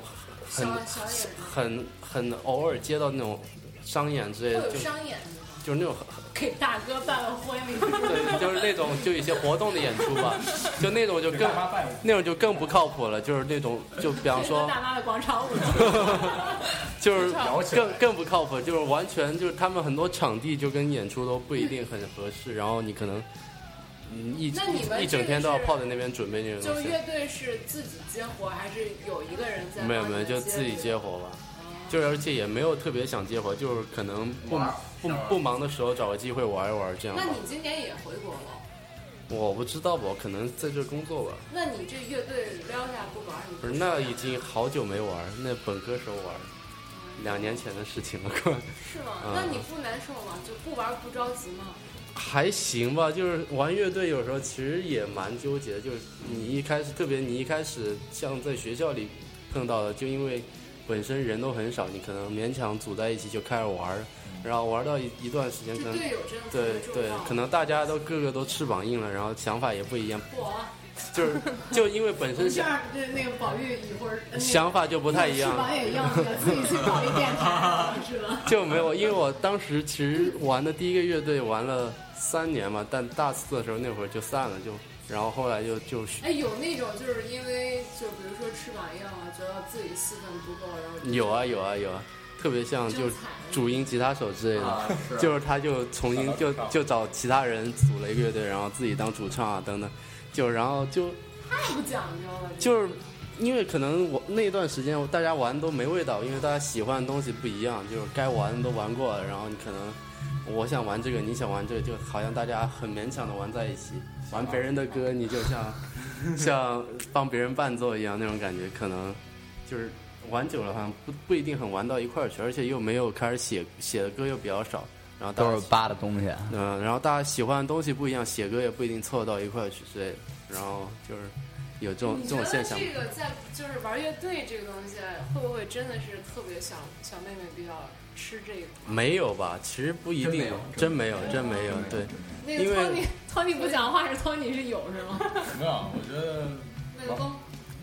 Speaker 8: 很
Speaker 9: 小小野人
Speaker 8: 很很偶尔接到那种商演之类
Speaker 9: 会
Speaker 8: 的，
Speaker 9: 有
Speaker 8: 就
Speaker 9: 商演，
Speaker 8: 就是那种很
Speaker 9: 给大哥办了婚礼。
Speaker 8: 对，就是那种就一些活动的演出吧，就那种就更那种就更不靠谱了，就是那种就比方说
Speaker 9: 大妈的广场舞，
Speaker 8: 就是
Speaker 9: 摇起来
Speaker 8: 更更不靠谱，就是完全就是他们很多场地就跟演出都不一定很合适，然后你可能嗯一
Speaker 9: 那你们
Speaker 8: 一整天都要泡在那边准备那种
Speaker 9: 就
Speaker 8: 东
Speaker 9: 是
Speaker 8: 西，
Speaker 9: 乐队是自己接活，还是有一个人在？
Speaker 8: 没有没有就自己接活
Speaker 9: 哦
Speaker 8: 吧。就是，而且也没有特别想接活，就是可能不
Speaker 9: 玩儿
Speaker 8: 不不忙的时候找个机会玩一玩这样吧
Speaker 9: 那。你今年也回国了？
Speaker 8: 我不知道吧，我可能在这工作吧。
Speaker 9: 那你这乐队撩下不玩儿，你
Speaker 8: 不是，那已经好久没玩儿，那本科时候玩儿，两年前的事情了，快。
Speaker 9: 是吗？
Speaker 8: 嗯
Speaker 9: 那你不难受吗？就不玩儿不着急吗？
Speaker 8: 还行吧，就是玩乐队有时候其实也蛮纠结，就是你一开始，特别你一开始像在学校里碰到的，就因为本身人都很少，你可能勉强组在一起就开始玩儿，然后玩到一一段时间，可能
Speaker 9: 就队友真的特
Speaker 8: 嗯
Speaker 9: 别
Speaker 8: 对
Speaker 9: 重
Speaker 8: 对
Speaker 9: 要，
Speaker 8: 可能大家都个个都翅膀硬了，然后想法也不 一样，
Speaker 9: 我，
Speaker 8: 就是就因为本
Speaker 9: 我
Speaker 8: 身
Speaker 9: 这
Speaker 8: 想
Speaker 9: 样对那个宝玉一会儿
Speaker 2: 呃
Speaker 9: 那个
Speaker 8: 想法就不太一样
Speaker 9: 翅膀也硬了，自己去宝玉 电台了是吧？
Speaker 8: 就没有，因为我当时其实玩的第一个乐队玩了三年嘛，但大四的时候那会儿就散了，就然后后来就就
Speaker 9: 哎，有那种就是因为就比如说翅膀硬了，觉得自己戏份不够，然后
Speaker 8: 有啊有啊有啊，特别像就主音吉他手之类的，
Speaker 9: 啊是啊
Speaker 8: 就是他就重新就
Speaker 9: 找到主唱
Speaker 8: 就找其他人组了一个乐队，然后自己当主唱啊等等，就然后就
Speaker 9: 太不讲究了。
Speaker 8: 就是因为可能我那段时间大家玩都没味道，因为大家喜欢的东西不一样，就是该玩的都玩过了，然后你可能我想玩这个，你想玩这个，就好像大家很勉强的玩在一起，玩别人的歌，你就像 像帮别人伴奏一样那种感觉，可能就是玩久了好像不不一定很玩到一块儿去，而且又没有开始写写的歌又比较少，然后大家
Speaker 15: 都是扒的东西。
Speaker 8: 嗯，然后大家喜欢的东西不一样，写歌也不一定凑得到一块儿去之类的，然后就是有这种
Speaker 9: 你
Speaker 8: 这
Speaker 9: 觉
Speaker 8: 种
Speaker 9: 得
Speaker 8: 现象。
Speaker 9: 这个在就是玩乐队这个东西，会不会真的是特别小小妹妹比较吃这个？
Speaker 8: 没有吧？其实不一定，真没有，真没有。对，
Speaker 9: 那
Speaker 8: 因
Speaker 9: 个托
Speaker 8: 为
Speaker 9: 尼，托尼不讲话是托尼是有是吗？
Speaker 5: 没有，啊我觉得啊
Speaker 9: 那个公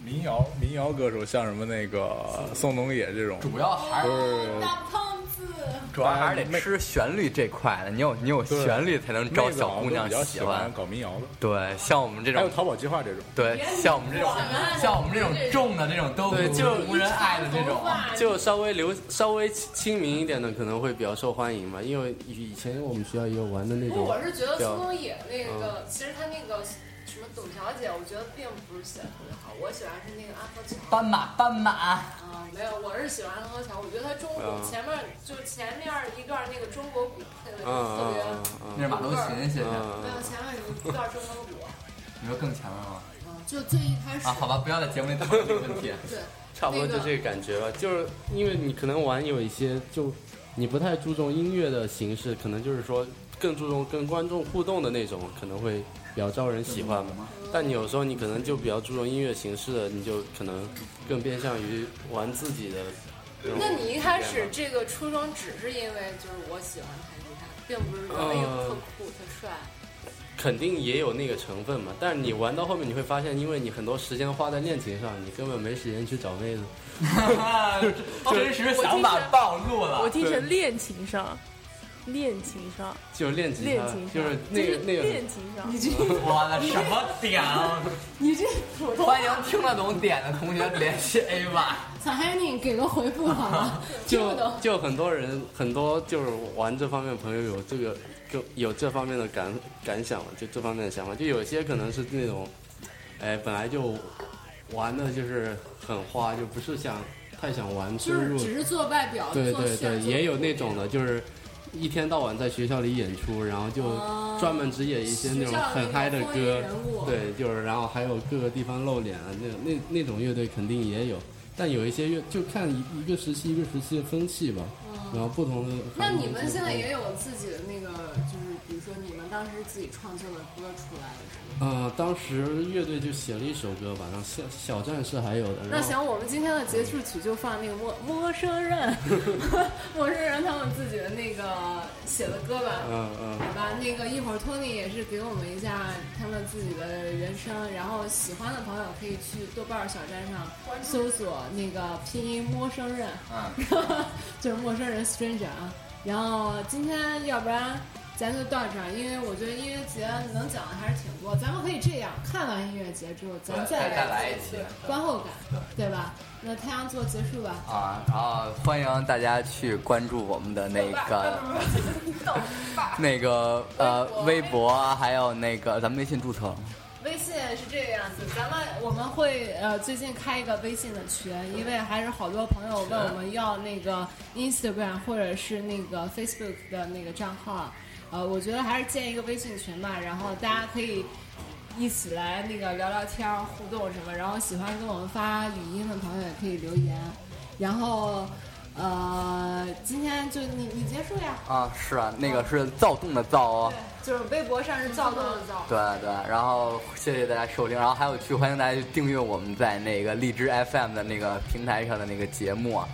Speaker 5: 民谣民谣歌手像什么那个宋冬野这种，主
Speaker 3: 要还是
Speaker 5: 就是
Speaker 9: 大胖子，
Speaker 3: 主要还是得吃旋律这块的，你有你有
Speaker 5: 对
Speaker 3: 旋律才能招
Speaker 5: 妹子好
Speaker 3: 小
Speaker 5: 像
Speaker 3: 姑
Speaker 5: 都
Speaker 3: 娘
Speaker 5: 比较
Speaker 3: 喜
Speaker 5: 喜
Speaker 3: 欢
Speaker 5: 欢。搞民谣的，
Speaker 3: 对，像我们这种，还有
Speaker 5: 淘宝计划这种，
Speaker 3: 对，像我们这种，像我们这种重的这种都
Speaker 8: 对就
Speaker 3: 无人爱的这种，
Speaker 8: 就稍微流稍微亲民一点的可能会比较受欢迎嘛，因为以前我们学校也有玩的那
Speaker 9: 不，
Speaker 8: 种。
Speaker 9: 我是觉得
Speaker 8: 比较
Speaker 9: 苏东野那个，其实他那个什么董小姐，我觉得并不是写的特别好，我喜欢是那个安和桥。
Speaker 3: 斑马斑马。
Speaker 9: 啊，没有，我是喜欢安和桥，我觉得他中
Speaker 8: 啊
Speaker 9: 古前面就前面一段那个中国鼓配的
Speaker 8: 嗯
Speaker 9: 特
Speaker 8: 嗯
Speaker 9: 别，
Speaker 8: 嗯嗯，
Speaker 3: 那是马头琴写的
Speaker 2: 嗯
Speaker 9: 没有前面有一段中国鼓，
Speaker 3: 你说更强了吗？
Speaker 9: 就最一开始
Speaker 3: 啊，好吧，不要在节目里讨论这个问题。
Speaker 9: 对，
Speaker 8: 差不多就这个感觉吧，就是因为你可能玩有一些就你不太注重音乐的形式，可能就是说更注重跟观众互动的那种，可能会比较招人喜欢吧。但你有时候你可能就比较注重音乐形式的，你就可能更偏向于玩自己的那种体验吧。
Speaker 9: 那你一开始这个初衷只是因为就是我喜欢弹吉他，并不是说哎
Speaker 8: 嗯
Speaker 9: 呦特酷特帅。
Speaker 8: 呃
Speaker 9: 啊
Speaker 8: 肯定也有那个成分嘛，但是你玩到后面你会发现，因为你很多时间花在恋情上，你根本没时间去找妹子。
Speaker 3: 真实想法暴露了。
Speaker 1: 我听成恋情上，恋情上，
Speaker 8: 就是练吉
Speaker 1: 恋
Speaker 8: 他
Speaker 1: 情，上，
Speaker 8: 就是那个那个
Speaker 1: 恋情上。你
Speaker 3: 我的什么点啊？
Speaker 9: 你这普
Speaker 3: 欢迎听得懂点的同学联系 A 吧。
Speaker 9: 小黑，你给个回复 好吗？
Speaker 8: 就就很多人很多就是玩这方面的朋友有这个就有这方面的感感想嘛，就这方面的想法，就有些可能是那种，哎，本来就玩的就是很花，就不是想太想玩
Speaker 9: 就
Speaker 8: 深
Speaker 9: 是
Speaker 8: 入，
Speaker 9: 只是做外表，
Speaker 8: 对
Speaker 9: 啊做
Speaker 8: 对
Speaker 9: 炫
Speaker 8: 对，
Speaker 9: 做
Speaker 8: 也有那种
Speaker 9: 啊
Speaker 8: 的，就是一天到晚在学校里演出，然后就
Speaker 9: 哦
Speaker 8: 专门只演一些那种很嗨的
Speaker 9: 学校里
Speaker 8: 歌
Speaker 9: 的风云人物，
Speaker 8: 对，就是然后还有各个地方露脸啊，那那那种乐队肯定也有，但有一些乐就看一一个时期一个时期的风气吧，然后不同的。
Speaker 9: 哦那你们现在也有自己的那个，就是比如说你们当时自己创作的歌出来的是吗？
Speaker 8: 呃，当时乐队就写了一首歌吧，然后小小战士还有的。
Speaker 9: 那
Speaker 8: 然后
Speaker 9: 行，我们今天的结束曲就放那个陌陌生人， 陌生人他们自己的那个写的歌吧。
Speaker 8: 嗯嗯
Speaker 9: 好吧，那个一会儿托尼也是给我们一下他们自己的原声，然后喜欢的朋友可以去豆瓣儿小站上搜索那个拼音陌生人，
Speaker 3: 嗯
Speaker 9: 就是陌生人 stranger 啊。然后今天要不然咱就到这儿，因为我觉得音乐节能讲的还是挺多，咱们可以这样，看完音乐节之后，咱
Speaker 3: 再
Speaker 9: 再
Speaker 3: 再来一期
Speaker 9: 观后感，对吧？那太阳座结束吧。
Speaker 3: 啊，然后欢迎大家去关注我们的那个那个呃微博啊，还有那个咱们微信注册了吗。
Speaker 9: 微信是这个样子，咱们我们会呃最近开一个微信的群，因为还是好多朋友问我们要那个 Instagram 或者是那个 Facebook 的那个账号，呃，我觉得还是建一个微信群吧，然后大家可以一起来那个聊聊天儿、互动什么，然后喜欢跟我们发语音的朋友也可以留言，然后呃，今天就你你结束呀，
Speaker 3: 啊，是啊，那个是躁动的躁哦。
Speaker 9: 就是微博上是躁动的躁。
Speaker 3: 对对，然后谢谢大家收听，然后还有去欢迎大家去订阅我们在那个荔枝 FM 的那个平台上的那个节目啊，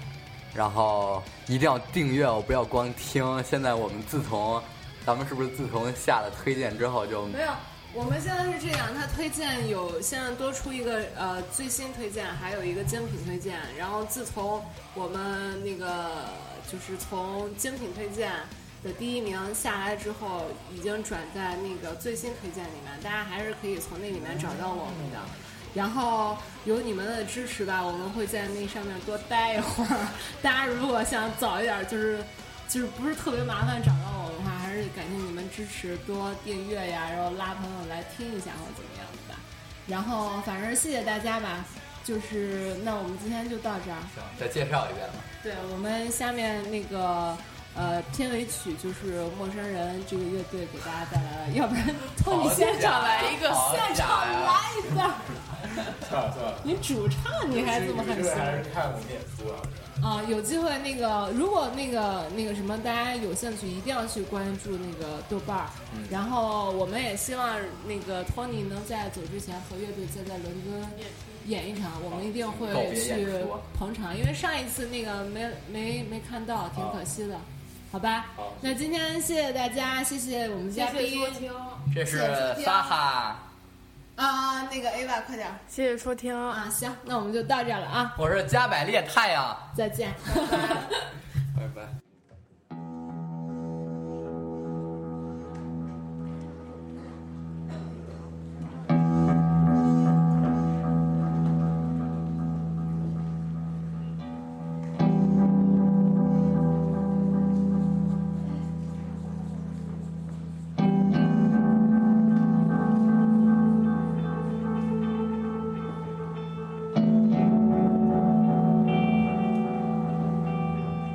Speaker 3: 然后一定要订阅哦，不要光听。现在我们自从咱们是不是自从下了推荐之后就
Speaker 9: 没有，我们现在是这样，它推荐有现在多出一个呃最新推荐，还有一个精品推荐。然后自从我们那个就是从精品推荐的第一名下来之后，已经转在那个最新推荐里面，大家还是可以从那里面找到我们的。然后有你们的支持吧，我们会在那上面多待一会儿。大家如果想早一点，就是就是不是特别麻烦找到我的话，还是感谢你们支持，多订阅呀，然后拉朋友来听一下或者怎么样的吧。然后反正谢谢大家吧，就是那我们今天就到这儿。
Speaker 3: 再介绍一遍吧。
Speaker 9: 对我们下面那个呃片尾曲就是陌生人这个乐队给大家带来了，要不然托尼
Speaker 10: 好
Speaker 9: 现场
Speaker 10: 假
Speaker 9: 来一个，
Speaker 10: 好
Speaker 9: 现
Speaker 10: 假
Speaker 9: 场来
Speaker 10: 呀
Speaker 9: 一段。
Speaker 5: 算了算了，
Speaker 9: 你主唱你还这么狠
Speaker 5: 这
Speaker 9: 心
Speaker 5: 个？还是看我们演出啊。
Speaker 9: 啊，有机会那个，如果那个那个什么，大家有兴趣一定要去关注那个豆瓣儿。
Speaker 5: 嗯
Speaker 9: 然后我们也希望那个托尼能在走之前和乐队再在伦敦演一场，我们一定会
Speaker 10: 告别
Speaker 9: 去
Speaker 10: 演出
Speaker 9: 捧场，因为上一次那个没没没看到，挺可惜的。好吧，那今天谢谢大家，谢谢我们嘉宾，
Speaker 1: 谢谢收
Speaker 3: 这是
Speaker 9: 谢谢收听
Speaker 3: 撒哈，
Speaker 9: 啊，那个 Ava 快点儿，
Speaker 1: 谢谢收听
Speaker 9: 啊，行，那我们就到这儿了啊，
Speaker 3: 我是加百列太阳。
Speaker 9: 再见。
Speaker 6: 拜拜。
Speaker 10: Thank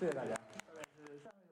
Speaker 19: 大家。大概是上个月